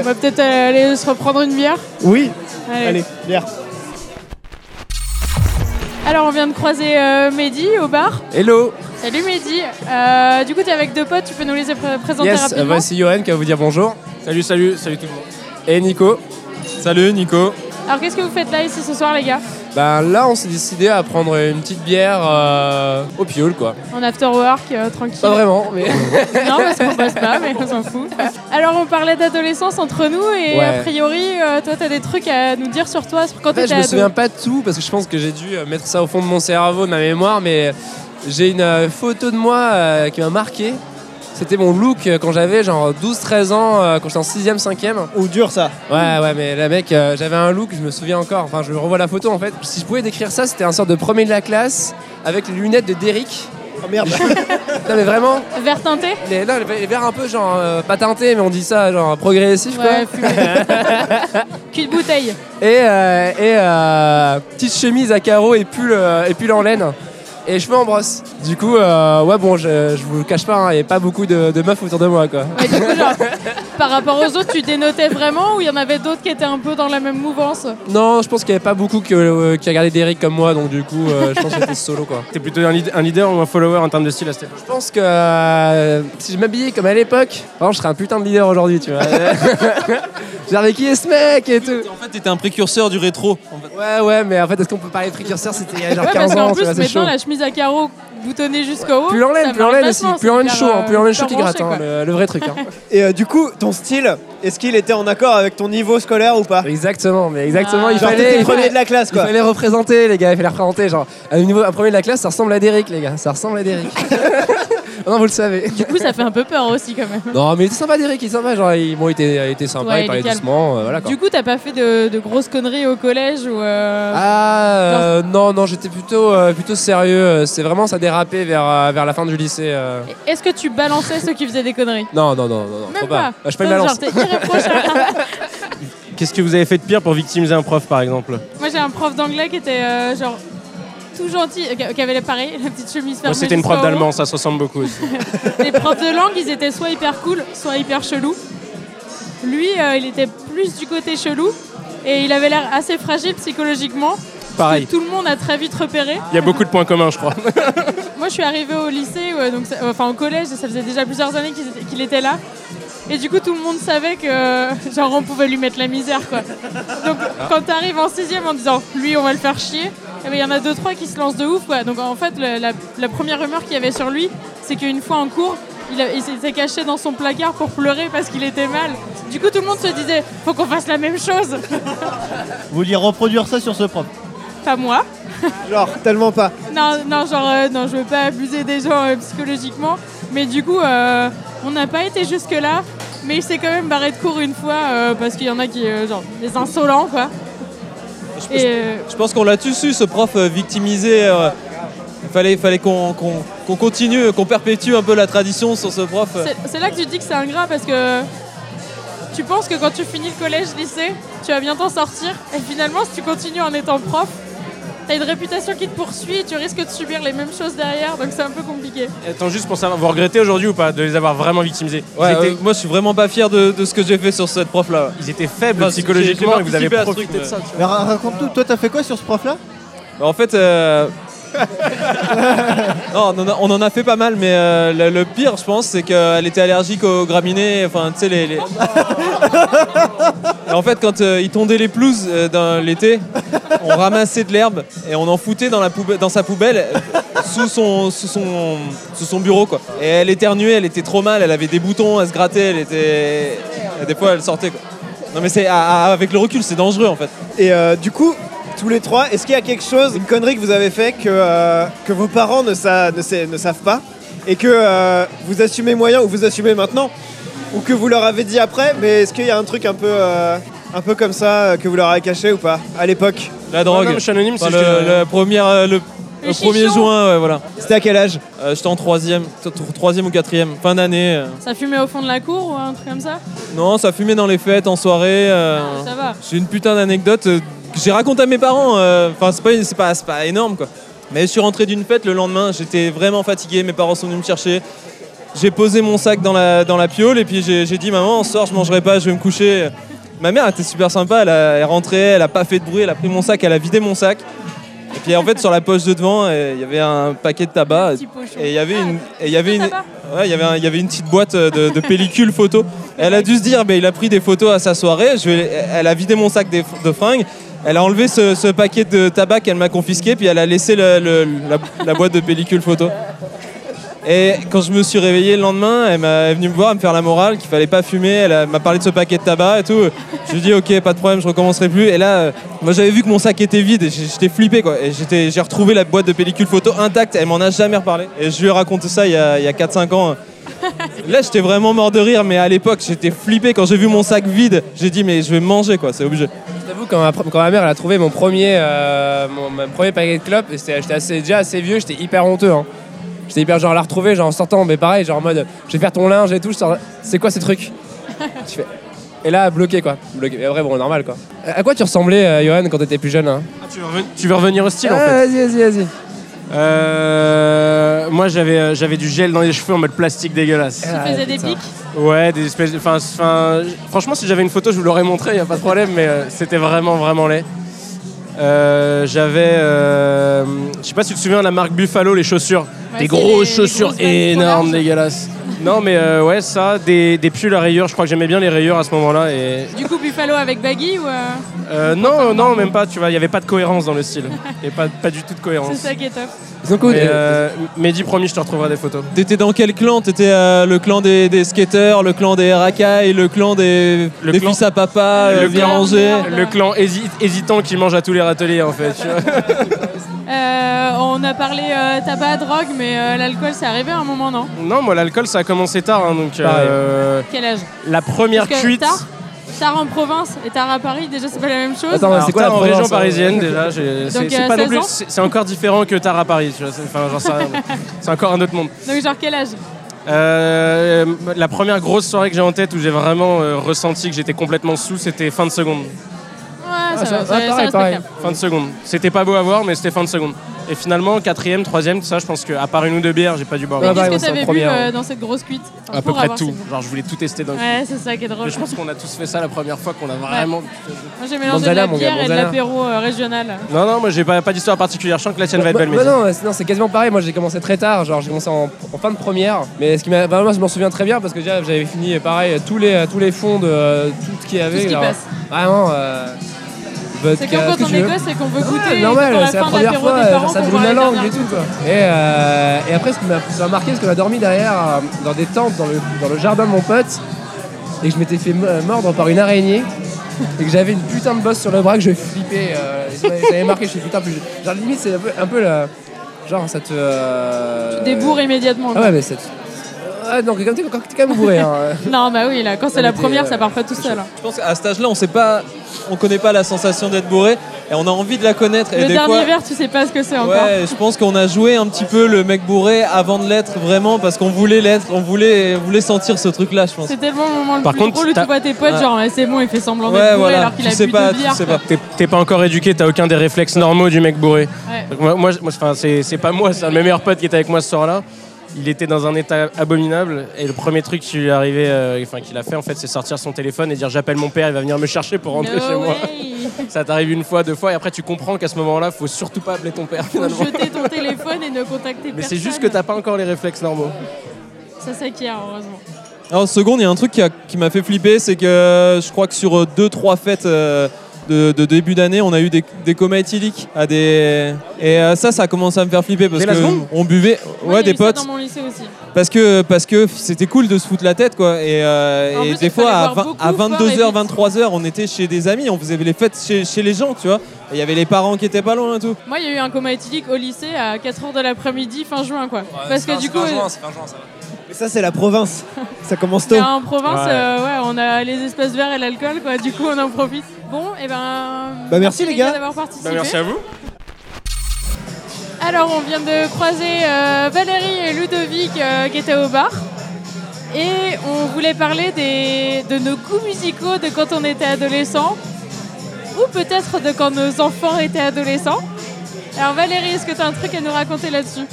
[SPEAKER 5] On va peut-être euh, aller se reprendre une bière.
[SPEAKER 1] Oui,
[SPEAKER 5] Allez.
[SPEAKER 1] allez, bière.
[SPEAKER 5] Alors, on vient de croiser euh, Mehdi au bar.
[SPEAKER 2] Hello
[SPEAKER 5] Salut Mehdi. Euh, du coup, t'es avec deux potes, tu peux nous les pr- présenter
[SPEAKER 2] Yes,
[SPEAKER 5] rapidement
[SPEAKER 2] voici Johan qui va vous dire bonjour. Salut, salut, salut tout le monde. Et Nico. Salut Nico.
[SPEAKER 5] Alors, qu'est-ce que vous faites là ici ce soir, les gars
[SPEAKER 2] Ben là, on s'est décidé à prendre une petite bière euh, au pioul, quoi.
[SPEAKER 5] En after work, euh, tranquille.
[SPEAKER 2] Pas vraiment, mais.
[SPEAKER 5] Non, parce qu'on bosse pas, mais on s'en fout. Alors, on parlait d'adolescence entre nous et
[SPEAKER 2] Ouais.
[SPEAKER 5] a priori, euh, toi, t'as des trucs à nous dire sur toi sur quand
[SPEAKER 2] Après,
[SPEAKER 5] t'étais
[SPEAKER 2] je me
[SPEAKER 5] ado.
[SPEAKER 2] souviens pas de tout parce que je pense que j'ai dû euh, mettre ça au fond de mon cerveau, de ma mémoire, mais euh, j'ai une euh, photo de moi euh, qui m'a marqué. C'était mon look euh, quand j'avais genre 12-13 ans, euh, quand j'étais en 6ème, 5ème.
[SPEAKER 1] Ou dur ça.
[SPEAKER 2] Ouais, ouais, mais la mec, euh, j'avais un look, je me souviens encore. Enfin, je revois la photo en fait. Si je pouvais décrire ça, c'était un sorte de premier de la classe avec les lunettes de Derrick.
[SPEAKER 1] Oh merde.
[SPEAKER 2] Non, mais vraiment,
[SPEAKER 5] Vert teinté
[SPEAKER 2] les, non, les verres un peu genre euh, pas teintés, mais on dit ça genre progressif quoi.
[SPEAKER 5] Ouais, fumé. Cul de bouteille.
[SPEAKER 2] Et, euh, et euh, petite chemise à carreaux et pull, euh, et pull en laine. Et cheveux en brosse. Du coup, euh, ouais, bon, je, je vous le cache pas, hein, il n'y a pas beaucoup de, de meufs autour de moi quoi.
[SPEAKER 5] Mais du coup, genre, par rapport aux autres, tu dénotais vraiment ou il y en avait d'autres qui étaient un peu dans la même mouvance
[SPEAKER 2] Non, je pense qu'il n'y avait pas beaucoup que, euh, qui regardaient Derrick comme moi, donc du coup, euh, je pense que j'étais solo quoi.
[SPEAKER 3] T'es plutôt un, lead- un leader ou un follower en termes de style à cette époque
[SPEAKER 2] Je pense que euh, si je m'habillais comme à l'époque, vraiment, je serais un putain de leader aujourd'hui, tu vois. Genre, mais qui est ce mec et tout
[SPEAKER 4] En fait, t'étais un précurseur du rétro. en fait.
[SPEAKER 2] Ouais, ouais, mais en fait, est-ce qu'on peut parler de précurseur C'était il y a genre
[SPEAKER 5] Ouais, parce
[SPEAKER 2] 15 ans,
[SPEAKER 5] qu'en
[SPEAKER 2] tu
[SPEAKER 5] plus,
[SPEAKER 2] vois, c'est chaud.
[SPEAKER 5] maintenant, la chemise à carreaux boutonnée jusqu'au haut.
[SPEAKER 2] Plus en
[SPEAKER 5] ça
[SPEAKER 2] laine, plus en
[SPEAKER 5] marche
[SPEAKER 2] laine aussi,
[SPEAKER 5] vachement,
[SPEAKER 2] plus en
[SPEAKER 5] c'est
[SPEAKER 2] laine
[SPEAKER 5] hyper,
[SPEAKER 2] chaud, hein,
[SPEAKER 5] euh,
[SPEAKER 2] plus en laine
[SPEAKER 5] hyper
[SPEAKER 2] chaud qui
[SPEAKER 5] branché,
[SPEAKER 2] gratte, hein,
[SPEAKER 5] quoi.
[SPEAKER 2] le, le vrai truc. hein.
[SPEAKER 1] Et euh, du coup, ton style, est-ce qu'il était en accord avec ton niveau scolaire ou pas
[SPEAKER 2] exactement, mais exactement,
[SPEAKER 5] Ah.
[SPEAKER 2] il
[SPEAKER 5] Genre,
[SPEAKER 1] Genre
[SPEAKER 2] fallait.
[SPEAKER 1] t'étais
[SPEAKER 2] Il
[SPEAKER 1] le
[SPEAKER 2] fallait
[SPEAKER 1] premier de la classe
[SPEAKER 2] il
[SPEAKER 1] quoi.
[SPEAKER 2] fallait représenter les gars, il fallait représenter genre à un niveau un premier de la classe ça ressemble à Derrick les gars, ça ressemble à Derrick. non vous le savez.
[SPEAKER 5] Du coup, ça fait un peu peur aussi quand même.
[SPEAKER 2] Non mais il était sympa Derrick, il est sympa, genre il, bon, il, était, il était sympa,
[SPEAKER 5] Ouais, il
[SPEAKER 2] il
[SPEAKER 5] est
[SPEAKER 2] parlait
[SPEAKER 5] calme.
[SPEAKER 2] doucement, euh, voilà quoi.
[SPEAKER 5] Du coup, t'as pas fait de, de grosses conneries au collège ou euh,
[SPEAKER 2] Ah euh, non non j'étais plutôt euh, plutôt sérieux. euh, C'est vraiment ça dérapait vers euh, vers la fin du lycée. euh.
[SPEAKER 5] Est-ce que tu balançais ceux qui faisaient des conneries
[SPEAKER 2] Non non non non, non
[SPEAKER 5] Même
[SPEAKER 2] trop pas.
[SPEAKER 5] pas.
[SPEAKER 2] Ah, Je fais une
[SPEAKER 5] Toi,
[SPEAKER 2] balance.
[SPEAKER 5] Genre, t'es irréprochable.
[SPEAKER 3] Qu'est-ce que vous avez fait de pire pour victimiser un prof, par exemple
[SPEAKER 5] Moi, j'ai un prof d'anglais qui était euh, genre tout gentil, euh, qui qui avait les- pareil, la petite chemise fermée.
[SPEAKER 3] Moi, C'était une
[SPEAKER 5] jusqu'au
[SPEAKER 3] prof
[SPEAKER 5] haut.
[SPEAKER 3] d'allemand, ça se ressemble beaucoup aussi.
[SPEAKER 5] Les profs de langue, ils étaient soit hyper cool, soit hyper chelou. Lui, euh, il était plus du côté chelou et il avait l'air assez fragile psychologiquement.
[SPEAKER 3] Pareil.
[SPEAKER 5] Tout le monde a très vite repéré.
[SPEAKER 3] Il y a beaucoup de points communs, je crois.
[SPEAKER 5] Moi, je suis arrivée au lycée, ouais, donc ça- euh, enfin au collège, et ça faisait déjà plusieurs années qu'il était, qu'il était là. Et du coup, tout le monde savait que, euh, genre, on pouvait lui mettre la misère, quoi. Donc, quand t'arrives en sixième en disant, lui, on va le faire chier, eh ben, il y en a deux, trois qui se lancent de ouf, quoi. Donc, en fait, le- la, la première rumeur qu'il y avait sur lui, c'est qu'une fois en cours, il, a- il s'était caché dans son placard pour pleurer parce qu'il était mal. Du coup, tout le monde se disait, faut qu'on fasse la même chose.
[SPEAKER 6] Vous vouliez reproduire ça sur ce prof
[SPEAKER 5] Pas moi.
[SPEAKER 1] Genre tellement pas.
[SPEAKER 5] Non, non, genre, euh, non, je veux pas abuser des gens euh, psychologiquement. Mais du coup, euh, on n'a pas été jusque-là. Mais il s'est quand même barré de cours une fois euh, parce qu'il y en a qui, euh, genre, des insolents, quoi.
[SPEAKER 4] Je,
[SPEAKER 5] Et
[SPEAKER 4] je-
[SPEAKER 5] euh,
[SPEAKER 4] je pense qu'on l'a tous eu, ce prof euh, victimisé. euh, fallait fallait qu'on qu'on- qu'on continue, qu'on perpétue un peu la tradition sur ce prof.
[SPEAKER 5] c'est c'est là que tu dis que c'est ingrat parce que tu penses que quand tu finis le collège, lycée, tu vas bien t'en sortir. Et finalement, si tu continues en étant prof, T'as une réputation qui te poursuit, tu risques de subir les mêmes choses derrière, donc c'est un peu compliqué.
[SPEAKER 3] Attends, juste pour savoir, vous regrettez aujourd'hui ou pas de les avoir vraiment victimisés Ils
[SPEAKER 4] Ouais,
[SPEAKER 3] étaient-
[SPEAKER 4] euh, moi je suis vraiment pas fier de, de ce que j'ai fait sur cette prof là.
[SPEAKER 3] Ils étaient faibles psychologiquement et vous avez profité de ça.
[SPEAKER 6] Mais ra- Raconte-nous, toi t'as fait quoi sur ce prof là
[SPEAKER 4] En fait, euh, non, on en a- on en a fait pas mal, mais euh, le, le pire, je pense, c'est qu'elle était allergique aux graminées. Enfin, tu sais, les. les- Et en fait, quand euh, ils tondaient les pelouses euh, dans l'été, on ramassait de l'herbe et on en foutait dans, la poube- dans sa poubelle euh, sous son, sous, son, sous son bureau. Quoi. Et elle éternuait, elle était trop mal, elle avait des boutons, elle se grattait, elle était. et des fois, elle sortait. Quoi. Non, mais c'est à- à- avec le recul, c'est dangereux en fait.
[SPEAKER 1] Et euh, du coup, tous les trois, est-ce qu'il y a quelque chose, une connerie que vous avez fait que, euh, que vos parents ne, sa- ne, sa- ne savent pas et que euh, vous assumez moyen ou vous assumez maintenant ou que vous leur avez dit après Mais est-ce qu'il y a un truc un peu, euh, un peu comme ça euh, que vous leur avez caché ou pas à l'époque
[SPEAKER 4] La drogue.
[SPEAKER 3] non, mais je suis anonyme,
[SPEAKER 4] Enfin,
[SPEAKER 3] c'est
[SPEAKER 4] le,
[SPEAKER 3] juste que-
[SPEAKER 4] le premier, euh, le,
[SPEAKER 5] Le
[SPEAKER 4] le premier
[SPEAKER 5] chichon.
[SPEAKER 4] juin, ouais, voilà.
[SPEAKER 1] C'était à quel âge
[SPEAKER 4] Euh, J'étais en troisième, t- t- troisième ou quatrième, fin d'année. euh.
[SPEAKER 5] Ça fumait au fond de la cour ou un truc comme ça
[SPEAKER 4] Non, ça fumait dans les fêtes, en soirée. euh.
[SPEAKER 5] Ça va.
[SPEAKER 4] J'ai une putain d'anecdote euh, que j'ai racontée à mes parents. euh. Enfin, c'est pas, c'est pas, c'est pas énorme, quoi. Mais je suis rentré d'une fête le lendemain, j'étais vraiment fatigué, mes parents sont venus me chercher. J'ai posé mon sac dans la, dans la piole et puis j'ai j'ai dit maman, ce soir je mangerai pas, je vais me coucher. Ma mère était super sympa, elle, a- elle est rentrée, elle a pas fait de bruit, elle a pris mon sac, elle a vidé mon sac. Et puis en fait sur la poche de devant, euh, il y avait un paquet de tabac.
[SPEAKER 5] Petit pochon.
[SPEAKER 4] Et il y avait
[SPEAKER 5] Ah,
[SPEAKER 4] une, et il y avait une,
[SPEAKER 5] tabac.
[SPEAKER 4] ouais, il y avait un- il y avait une petite boîte euh, de, de pellicule photo. Elle a dû se dire, ben il a pris des photos à sa soirée. Je vais, elle a vidé mon sac des- de fringues. Elle a enlevé ce, ce paquet de tabac qu'elle m'a confisqué, puis elle a laissé le- le- la, la boîte de pellicule photo. Et quand je me suis réveillé le lendemain, elle m'a- elle est venue me voir, me faire la morale, qu'il fallait pas fumer. Elle a- m'a parlé de ce paquet de tabac et tout. Je lui ai dit, ok, pas de problème, je recommencerai plus. Et là, euh, moi j'avais vu que mon sac était vide et j'ai- j'étais flippé quoi. Et j'étais- j'ai retrouvé la boîte de pellicule photo intacte, elle m'en a jamais reparlé. Et je lui ai raconté ça il y a, il y a 4-5 ans. Là, j'étais vraiment mort de rire, mais à l'époque, j'étais flippé. Quand j'ai vu mon sac vide, j'ai dit, mais je vais manger quoi, c'est obligé.
[SPEAKER 2] J'avoue, quand, ma- quand ma mère elle a trouvé mon premier, euh, mon, mon premier paquet de clopes, et c'était- j'étais assez, déjà assez vieux, j'étais hyper honteux. hein. J'étais hyper genre à la retrouver, genre en sortant, mais pareil, genre en mode je vais faire ton linge et tout, je sors, c'est quoi ces trucs Tu fais. Et là, bloqué quoi. Bloqué. Mais vrai, bon, normal quoi. Euh, À quoi tu ressemblais, euh, Johan, quand t'étais plus jeune hein
[SPEAKER 3] Ah, tu, veux reven- tu veux revenir au style en
[SPEAKER 2] Ah,
[SPEAKER 3] fait
[SPEAKER 2] Vas-y, vas-y, vas-y.
[SPEAKER 3] Euh, Moi j'avais euh, j'avais du gel dans les cheveux en mode plastique dégueulasse.
[SPEAKER 5] Tu faisais des
[SPEAKER 2] putain.
[SPEAKER 5] pics
[SPEAKER 3] Ouais, des espèces de. Enfin, enfin, franchement, si j'avais une photo, je vous l'aurais montré, y a pas de problème, mais euh, c'était vraiment, vraiment laid. Euh, j'avais. euh, je sais pas si tu te souviens de la marque Buffalo, les chaussures.
[SPEAKER 5] Ouais,
[SPEAKER 3] des
[SPEAKER 5] c'est
[SPEAKER 3] grosses
[SPEAKER 5] les- les
[SPEAKER 3] chaussures
[SPEAKER 5] grosses vannes trop
[SPEAKER 3] énormes,
[SPEAKER 5] larges.
[SPEAKER 3] dégueulasses. non, mais euh, ouais, ça, des, des pulls à rayures, je crois que j'aimais bien les rayures à ce moment-là. Et...
[SPEAKER 5] Du coup, Buffalo avec Baggy ou. euh,
[SPEAKER 3] Euh, non, non, même pas, tu vois, il y avait pas de cohérence dans le style. Il y avait pas, pas du tout de
[SPEAKER 5] C'est
[SPEAKER 3] cohérence.
[SPEAKER 5] ça qui est top.
[SPEAKER 2] Ils sont cool.
[SPEAKER 3] Mais,
[SPEAKER 2] Et, euh,
[SPEAKER 3] euh, Mehdi, promis, je te retrouverai des photos.
[SPEAKER 4] T'étais dans quel clan T'étais euh, le clan des, des skateurs, le clan des racailles, le clan des,
[SPEAKER 3] Le
[SPEAKER 4] des
[SPEAKER 3] clan-
[SPEAKER 4] fils à papa, euh,
[SPEAKER 3] le
[SPEAKER 4] le bien
[SPEAKER 5] clan-
[SPEAKER 4] rangés.
[SPEAKER 5] Merde.
[SPEAKER 3] Le clan hési- hésitant qui mange à tous les râteliers, en fait. tu vois.
[SPEAKER 5] Euh, on a parlé euh, tabac, drogue, mais euh, l'alcool, c'est arrivé à un moment, non
[SPEAKER 3] Non, moi l'alcool ça a commencé tard, hein, donc euh,
[SPEAKER 5] Quel âge
[SPEAKER 3] la première
[SPEAKER 5] Parce que
[SPEAKER 3] cuite.
[SPEAKER 5] Tard, tard en province et tard à Paris, déjà, c'est pas la même chose.
[SPEAKER 2] Attends,
[SPEAKER 3] Alors,
[SPEAKER 2] c'est quoi la
[SPEAKER 3] tard en
[SPEAKER 2] province,
[SPEAKER 3] région
[SPEAKER 2] hein
[SPEAKER 3] parisienne déjà j'ai- C'est
[SPEAKER 5] Donc,
[SPEAKER 3] c'est
[SPEAKER 5] euh,
[SPEAKER 3] pas non
[SPEAKER 5] 16
[SPEAKER 3] plus,
[SPEAKER 5] ans
[SPEAKER 3] c'est c'est encore différent que tard à Paris. tu vois, c'est- Enfin, j'en sais rien. C'est encore un autre monde.
[SPEAKER 5] Donc, genre, quel âge
[SPEAKER 3] Euh, la première grosse soirée que j'ai en tête où j'ai vraiment euh, ressenti que j'étais complètement sous, c'était fin de seconde.
[SPEAKER 5] Ouais, ça, va,
[SPEAKER 2] ça- ah,
[SPEAKER 5] c'est- c'est
[SPEAKER 2] pareil,
[SPEAKER 5] respectable.
[SPEAKER 2] pareil.
[SPEAKER 3] Fin de seconde. C'était pas beau à voir, mais c'était fin de seconde. Et finalement, quatrième, troisième, tout ça, je pense que à part une ou deux bières, j'ai pas dû boire.
[SPEAKER 5] Mais
[SPEAKER 2] Ah, bah, ouais,
[SPEAKER 5] qu'est-ce
[SPEAKER 2] c'est
[SPEAKER 5] que t'avais
[SPEAKER 2] la
[SPEAKER 5] bu
[SPEAKER 2] première,
[SPEAKER 5] euh,
[SPEAKER 2] ouais.
[SPEAKER 5] dans cette grosse cuite Enfin,
[SPEAKER 3] à peu
[SPEAKER 5] pour
[SPEAKER 3] près
[SPEAKER 5] avoir
[SPEAKER 3] tout.
[SPEAKER 5] cette-
[SPEAKER 3] Genre, je voulais tout tester d'un coup.
[SPEAKER 5] Ouais, c'est ça qui est drôle.
[SPEAKER 3] Mais je pense qu'on a tous fait ça la première fois qu'on a vraiment.
[SPEAKER 5] Moi, j'ai mélangé
[SPEAKER 2] Banzala,
[SPEAKER 5] de
[SPEAKER 2] mon
[SPEAKER 5] la
[SPEAKER 2] gars,
[SPEAKER 5] bière et de
[SPEAKER 2] Banzala.
[SPEAKER 5] l'apéro euh, régional.
[SPEAKER 3] Non, non, moi j'ai pas, pas d'histoire particulière. Je sens
[SPEAKER 5] euh
[SPEAKER 3] que la tienne va être
[SPEAKER 2] Bah,
[SPEAKER 3] belle, mais.
[SPEAKER 2] bah non, c'est- non, c'est quasiment pareil. Moi, j'ai commencé très tard. Genre, j'ai commencé en, en fin de première. Mais ce qui m'a, bah, moi, je m'en souviens très bien parce que déjà, j'avais fini euh, pareil tous les tous les fonds de euh, tout ce qu'il y avait.
[SPEAKER 5] qui
[SPEAKER 2] genre,
[SPEAKER 5] passe.
[SPEAKER 2] Vraiment. euh,
[SPEAKER 5] C'est
[SPEAKER 2] vodka,
[SPEAKER 5] quand
[SPEAKER 2] ce euh, que
[SPEAKER 5] quand on
[SPEAKER 2] tu
[SPEAKER 5] est
[SPEAKER 2] veux.
[SPEAKER 5] gosse et qu'on veut
[SPEAKER 2] Ouais,
[SPEAKER 5] goûter.
[SPEAKER 2] normal,
[SPEAKER 5] quand
[SPEAKER 2] c'est la première
[SPEAKER 5] l'apéro
[SPEAKER 2] fois,
[SPEAKER 5] des
[SPEAKER 2] euh,
[SPEAKER 5] parents,
[SPEAKER 2] ça
[SPEAKER 5] qu'on
[SPEAKER 2] brûle
[SPEAKER 5] boit
[SPEAKER 2] la
[SPEAKER 5] les
[SPEAKER 2] langue
[SPEAKER 5] dernières
[SPEAKER 2] et tout quoi. Et, euh, et après, ce qui m'a ça m'a marqué, c'est qu'on a dormi derrière, euh, dans des tentes, dans le, dans le jardin de mon pote, et que je m'étais fait mo- mordre par une araignée, et que j'avais une putain de bosse sur le bras que je flippais. euh, et ça m'avait- ça m'avait marqué, je suis putain plus. Genre, limite, c'est un peu, un peu la. Genre, ça te. euh,
[SPEAKER 5] Des bourres immédiatement.
[SPEAKER 2] Ah
[SPEAKER 5] quoi.
[SPEAKER 2] ouais, mais ça te. Ah, donc, quand t'es quand t'es quand même bourré. hein.
[SPEAKER 5] Non, bah oui, là, quand c'est
[SPEAKER 2] Non,
[SPEAKER 5] la
[SPEAKER 2] mais
[SPEAKER 5] première,
[SPEAKER 2] t'es,
[SPEAKER 5] ça part pas tout seul. hein.
[SPEAKER 4] Je pense qu'à cet âge-là, on sait pas, on connaît pas la sensation d'être bourré et on a envie de la connaître. et
[SPEAKER 5] Le
[SPEAKER 4] des
[SPEAKER 5] dernier
[SPEAKER 4] fois,
[SPEAKER 5] verre, tu sais pas ce que c'est encore.
[SPEAKER 4] Ouais, je pense qu'on a joué un petit peu le mec bourré avant de l'être vraiment parce qu'on voulait l'être, on voulait, on voulait sentir ce truc-là, je pense.
[SPEAKER 5] C'est tellement le moment le
[SPEAKER 3] Par
[SPEAKER 5] plus
[SPEAKER 3] contre,
[SPEAKER 5] drôle où
[SPEAKER 3] t'as-
[SPEAKER 5] tu vois tes potes,
[SPEAKER 4] Ouais.
[SPEAKER 5] genre, ouais, c'est bon, il fait semblant d'être
[SPEAKER 4] Ouais,
[SPEAKER 5] bourré
[SPEAKER 4] voilà,
[SPEAKER 5] alors qu'il
[SPEAKER 4] tu
[SPEAKER 5] a
[SPEAKER 4] sais
[SPEAKER 5] bu
[SPEAKER 4] pas,
[SPEAKER 5] deux
[SPEAKER 4] tu
[SPEAKER 5] bières.
[SPEAKER 4] sais
[SPEAKER 5] quoi.
[SPEAKER 4] pas.
[SPEAKER 3] T'es- T'es pas encore éduqué, t'as aucun des réflexes normaux du mec bourré.
[SPEAKER 5] Ouais.
[SPEAKER 3] Donc moi, moi, je- moi, enfin, c'est c'est pas moi, c'est un de mes meilleurs potes qui était avec moi ce soir-là. Il était dans un état abominable et le premier truc qui lui est arrivé, euh, enfin qu'il a fait en fait, c'est sortir son téléphone et dire j'appelle mon père, il va venir me chercher pour rentrer
[SPEAKER 5] No
[SPEAKER 3] chez moi.
[SPEAKER 5] way.
[SPEAKER 3] Ça t'arrive une fois, deux fois et après tu comprends qu'à ce moment-là, faut surtout pas appeler ton père
[SPEAKER 5] Faut
[SPEAKER 3] finalement.
[SPEAKER 5] jeter ton téléphone et ne contacter personne.
[SPEAKER 3] Mais c'est juste que t'as pas encore les réflexes normaux.
[SPEAKER 5] Ça s'acquiert, heureusement.
[SPEAKER 4] Alors, seconde, il y a un truc qui a- qui m'a fait flipper, c'est que euh, je crois que sur 2-3 fêtes euh, de, de début d'année, on a eu des, des comas éthyliques à des. Et euh, ça, ça a commencé à me faire flipper parce
[SPEAKER 3] Dès la
[SPEAKER 4] que
[SPEAKER 3] seconde
[SPEAKER 4] on buvait,
[SPEAKER 5] Moi,
[SPEAKER 4] ouais,
[SPEAKER 5] il y a
[SPEAKER 4] des
[SPEAKER 5] eu ça
[SPEAKER 4] potes,
[SPEAKER 5] dans mon lycée aussi.
[SPEAKER 4] parce que parce que c'était cool de se foutre la tête, quoi. Et, euh,
[SPEAKER 5] En
[SPEAKER 4] et
[SPEAKER 5] plus,
[SPEAKER 4] des
[SPEAKER 5] il
[SPEAKER 4] fois,
[SPEAKER 5] fallait
[SPEAKER 4] à,
[SPEAKER 5] boire
[SPEAKER 4] vingt- à
[SPEAKER 5] beaucoup, fort et
[SPEAKER 4] 22h,
[SPEAKER 5] vite.
[SPEAKER 4] 23h, on était chez des amis, on faisait les fêtes chez, chez les gens, tu vois. Et Il y avait les parents qui étaient pas loin et tout.
[SPEAKER 5] Moi, il y a eu un coma éthylique au lycée à 4h de l'après-midi, fin juin, quoi. Parce que du coup,
[SPEAKER 1] Mais ça, c'est la province. Ça commence tôt.
[SPEAKER 5] Mais en province,
[SPEAKER 3] Ouais.
[SPEAKER 5] euh, ouais, on a les espaces verts et l'alcool, quoi. Du coup, on en profite. Bon, et ben.
[SPEAKER 1] Bah, merci, les gars.
[SPEAKER 5] d'avoir participé.
[SPEAKER 3] Bah, à vous.
[SPEAKER 5] Alors, on vient de croiser euh, Valérie et Ludovic euh, qui étaient au bar. Et on voulait parler des, de nos goûts musicaux de quand on était adolescent. Ou peut-être de quand nos enfants étaient adolescents. Alors, Valérie, est-ce que tu as un truc à nous raconter là-dessus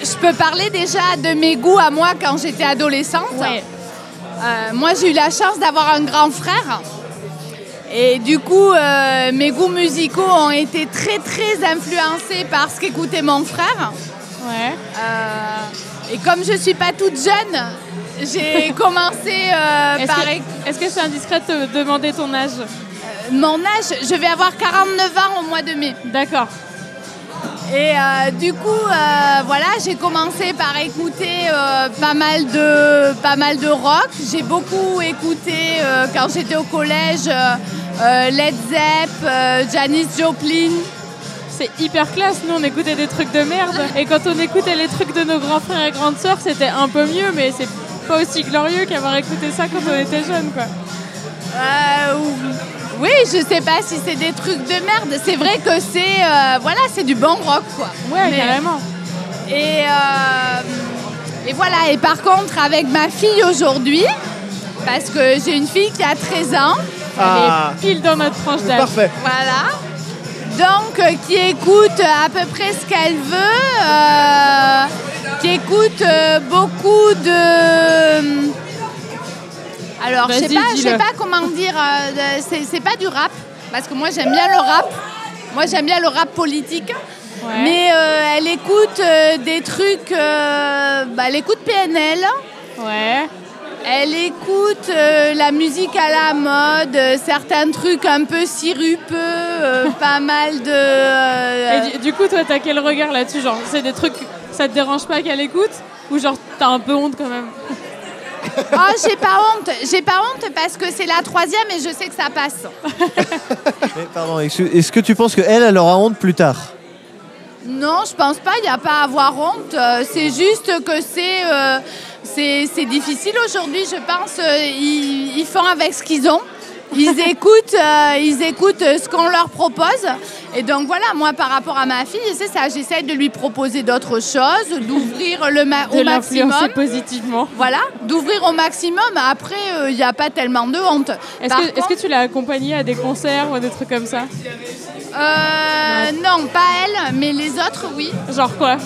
[SPEAKER 7] Je peux parler déjà de mes goûts à moi quand j'étais adolescente. Euh, moi, j'ai eu la chance d'avoir un grand frère. Et du coup, euh, mes goûts musicaux ont été très, très influencés par ce qu'écoutait mon frère.
[SPEAKER 5] Ouais.
[SPEAKER 7] Euh, et comme je suis pas toute jeune, j'ai commencé euh,
[SPEAKER 5] Est-ce
[SPEAKER 7] par...
[SPEAKER 5] que-
[SPEAKER 7] éc-
[SPEAKER 5] Est-ce que c'est indiscret de te demander ton âge
[SPEAKER 7] Mon âge, je vais avoir 49 ans au mois de mai.
[SPEAKER 5] D'accord.
[SPEAKER 7] Et euh, du coup, euh, voilà, j'ai commencé par écouter euh, pas, mal de, pas mal de rock. J'ai beaucoup écouté euh, quand j'étais au collège euh, euh, Led Zepp, euh, Janis Joplin.
[SPEAKER 5] C'est hyper classe, nous on écoutait des trucs de merde et quand on écoutait les trucs de nos grands frères et grandes sœurs c'était un peu mieux mais c'est pas aussi glorieux qu'avoir écouté ça quand on était jeune quoi.
[SPEAKER 7] Euh, ou- oui, je sais pas si c'est des trucs de merde. C'est vrai que c'est euh, voilà, c'est du bon rock quoi.
[SPEAKER 5] Ouais
[SPEAKER 7] Mais-
[SPEAKER 5] carrément.
[SPEAKER 7] Et, euh, et voilà, et par contre, avec ma fille aujourd'hui, parce que j'ai une fille qui a 13 ans,
[SPEAKER 1] Ah,
[SPEAKER 5] Elle est pile dans notre tranche d'âge.
[SPEAKER 1] parfait.
[SPEAKER 7] voilà, donc euh, qui écoute à peu près ce qu'elle veut, euh, qui écoute euh, beaucoup de. Alors, je sais
[SPEAKER 5] Vas-y,
[SPEAKER 7] pas, je
[SPEAKER 5] dis-le.
[SPEAKER 7] sais pas comment dire, euh, de- c'est- c'est pas du rap, parce que moi j'aime bien le rap, moi j'aime bien le rap politique.
[SPEAKER 5] Ouais.
[SPEAKER 7] Mais euh, elle écoute euh, des trucs. euh, bah, elle écoute PNL,
[SPEAKER 5] Ouais.
[SPEAKER 7] elle écoute euh, la musique à la mode, euh, certains trucs un peu sirupeux, euh, pas mal de. euh,
[SPEAKER 5] Et du, du coup toi t'as quel regard là-dessus genre c'est des trucs ça te dérange pas qu'elle écoute ou genre t'as un peu honte quand même.
[SPEAKER 7] Oh, j'ai pas honte, j'ai pas honte parce que c'est la troisième et je sais que ça passe.
[SPEAKER 6] Mais pardon, est-ce est-ce que tu penses qu'elle, elle aura honte plus tard
[SPEAKER 7] Non, je pense pas, il n'y a pas à avoir honte. euh, C'est juste que c'est. euh, c'est c'est difficile aujourd'hui, je pense. euh, Ils, ils font avec ce qu'ils ont. Ils écoutent, euh, ils écoutent euh, ce qu'on leur propose. Et donc voilà, moi par rapport à ma fille, c'est ça, j'essaie de lui proposer d'autres choses, d'ouvrir le ma-
[SPEAKER 5] De
[SPEAKER 7] au
[SPEAKER 5] l'influencer
[SPEAKER 7] maximum.
[SPEAKER 5] positivement.
[SPEAKER 7] Voilà, d'ouvrir au maximum. Après, euh, il n'y a pas tellement de honte.
[SPEAKER 5] Est-ce
[SPEAKER 7] Par
[SPEAKER 5] que, est-ce
[SPEAKER 7] contre-
[SPEAKER 5] que tu l'as accompagnée à des concerts ou à des trucs comme ça
[SPEAKER 7] Euh, non, pas elle, mais les autres, oui.
[SPEAKER 5] Genre quoi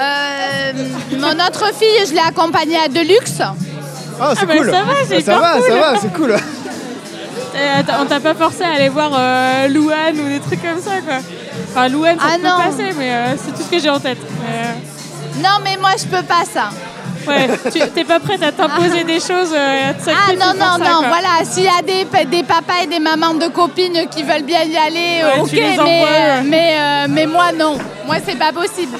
[SPEAKER 7] Euh, mon autre fille, je l'ai accompagnée à Deluxe.
[SPEAKER 1] Ah, c'est
[SPEAKER 5] Ah, bah,
[SPEAKER 1] cool.
[SPEAKER 5] ça va, c'est
[SPEAKER 1] Ah, ça
[SPEAKER 5] hyper
[SPEAKER 1] va,
[SPEAKER 5] cool.
[SPEAKER 1] ça va, c'est cool.
[SPEAKER 5] Euh, t'as- on t'a pas forcé à aller voir euh, Louane ou des trucs comme ça quoi. Enfin Louane ça
[SPEAKER 7] Ah
[SPEAKER 5] peut
[SPEAKER 7] non.
[SPEAKER 5] passer mais euh, c'est tout ce que j'ai en tête. Mais,
[SPEAKER 7] Non, mais moi, je peux pas ça.
[SPEAKER 5] euh, ouais, tu- t'es pas prête à t'imposer des choses euh, et à te
[SPEAKER 7] Ah
[SPEAKER 5] sacrifier
[SPEAKER 7] non,
[SPEAKER 5] pour
[SPEAKER 7] non,
[SPEAKER 5] ça,
[SPEAKER 7] non,
[SPEAKER 5] quoi.
[SPEAKER 7] voilà. S'il y a des, pa- des papas et des mamans de copines qui veulent bien y aller,
[SPEAKER 5] Ouais,
[SPEAKER 7] ok,
[SPEAKER 5] tu les
[SPEAKER 7] mais,
[SPEAKER 5] envoies,
[SPEAKER 7] euh,
[SPEAKER 5] ouais.
[SPEAKER 7] mais, euh, mais moi, non. Moi, c'est pas possible.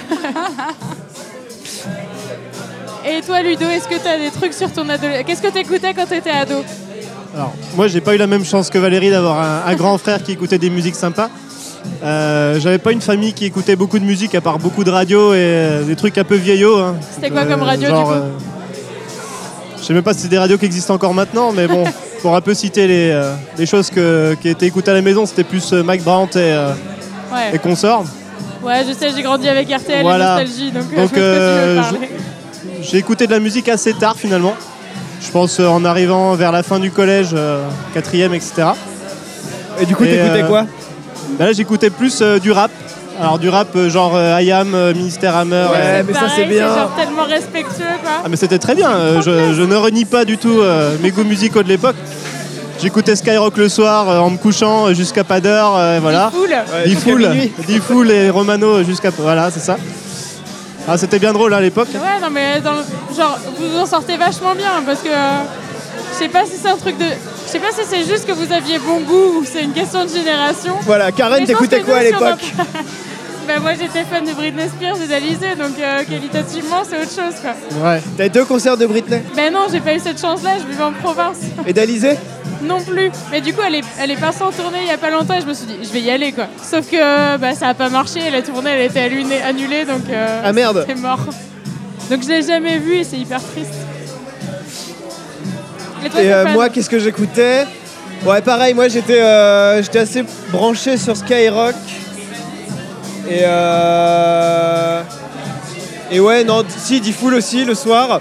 [SPEAKER 5] Et toi Ludo, est-ce que t'as des trucs sur ton adolescence Qu'est-ce que t'écoutais quand t'étais ado
[SPEAKER 8] Alors, moi, j'ai pas eu la même chance que Valérie d'avoir un, un grand frère qui écoutait des musiques sympas. Euh, J'avais pas une famille qui écoutait beaucoup de musique à part beaucoup de radio et euh, des trucs un peu vieillots. hein.
[SPEAKER 5] C'était quoi comme radio, du coup
[SPEAKER 8] euh, Je sais même pas si c'est des radios qui existent encore maintenant, mais bon, pour un peu citer les, euh, les choses que- qui étaient écoutées à la maison, c'était plus euh, Mike Brandt et, euh, et
[SPEAKER 5] Ouais.
[SPEAKER 8] consorts.
[SPEAKER 5] ouais, je sais, j'ai grandi avec RTL
[SPEAKER 8] Voilà.
[SPEAKER 5] et Nostalgie, donc, euh,
[SPEAKER 8] Donc,
[SPEAKER 5] je vois de quoi tu veux
[SPEAKER 8] euh,
[SPEAKER 5] parler.
[SPEAKER 8] J'ai écouté de la musique assez tard finalement. Je pense euh, en arrivant vers la fin du collège, euh, quatrième, etc.
[SPEAKER 1] Et du coup,
[SPEAKER 8] Et,
[SPEAKER 1] t'écoutais
[SPEAKER 8] euh,
[SPEAKER 1] quoi
[SPEAKER 8] Bah là j'écoutais plus euh, du rap. Alors du rap euh, genre euh, I am, euh, Minister Hammer.
[SPEAKER 1] Ouais,
[SPEAKER 8] euh,
[SPEAKER 5] c'est
[SPEAKER 1] mais ça,
[SPEAKER 5] pareil,
[SPEAKER 1] c'est bien.
[SPEAKER 5] genre tellement respectueux, quoi.
[SPEAKER 8] Ah mais c'était très bien, euh, je, je ne renie pas du tout euh, mes goûts musicaux de l'époque. J'écoutais Skyrock le soir euh, en me couchant euh, jusqu'à pas d'heure, euh, voilà.
[SPEAKER 5] Cool.
[SPEAKER 8] Diffoul, Diffoul et Romano euh, jusqu'à... Voilà, c'est ça. Ah c'était bien drôle hein, à l'époque.
[SPEAKER 5] Ouais, non, mais dans le... genre, vous en sortez vachement bien parce que euh, je sais pas si c'est un truc de. Je sais pas si c'est juste que vous aviez bon goût ou c'est une question de génération.
[SPEAKER 1] Voilà, Karen,
[SPEAKER 5] Mais je pense
[SPEAKER 1] t'écoutais
[SPEAKER 5] que
[SPEAKER 1] quoi à
[SPEAKER 5] nous, si on
[SPEAKER 1] l'époque
[SPEAKER 5] va pas- Bah, moi j'étais fan de Britney Spears et d'Alizé, donc euh, qualitativement c'est autre chose quoi.
[SPEAKER 1] T'as deux concerts de Britney
[SPEAKER 5] Ben non, j'ai pas eu cette chance là, je vivais en province
[SPEAKER 1] et d'Alizé
[SPEAKER 5] non plus. Mais du coup, elle est, elle est partie en tournée il y a pas longtemps et je me suis dit, je vais y aller quoi. Sauf que bah, ça a pas marché, la tournée elle a été allunée- annulée donc euh,
[SPEAKER 1] Ah, merde.
[SPEAKER 5] c'est mort. Donc je l'ai jamais vu et c'est hyper triste. Et toi,
[SPEAKER 1] Et
[SPEAKER 5] t'es
[SPEAKER 1] euh,
[SPEAKER 5] fan
[SPEAKER 1] moi, qu'est-ce que j'écoutais Ouais, pareil, moi j'étais euh, j'étais assez branché sur Skyrock. Et euh... Et ouais, non, si, Diffoul aussi le soir.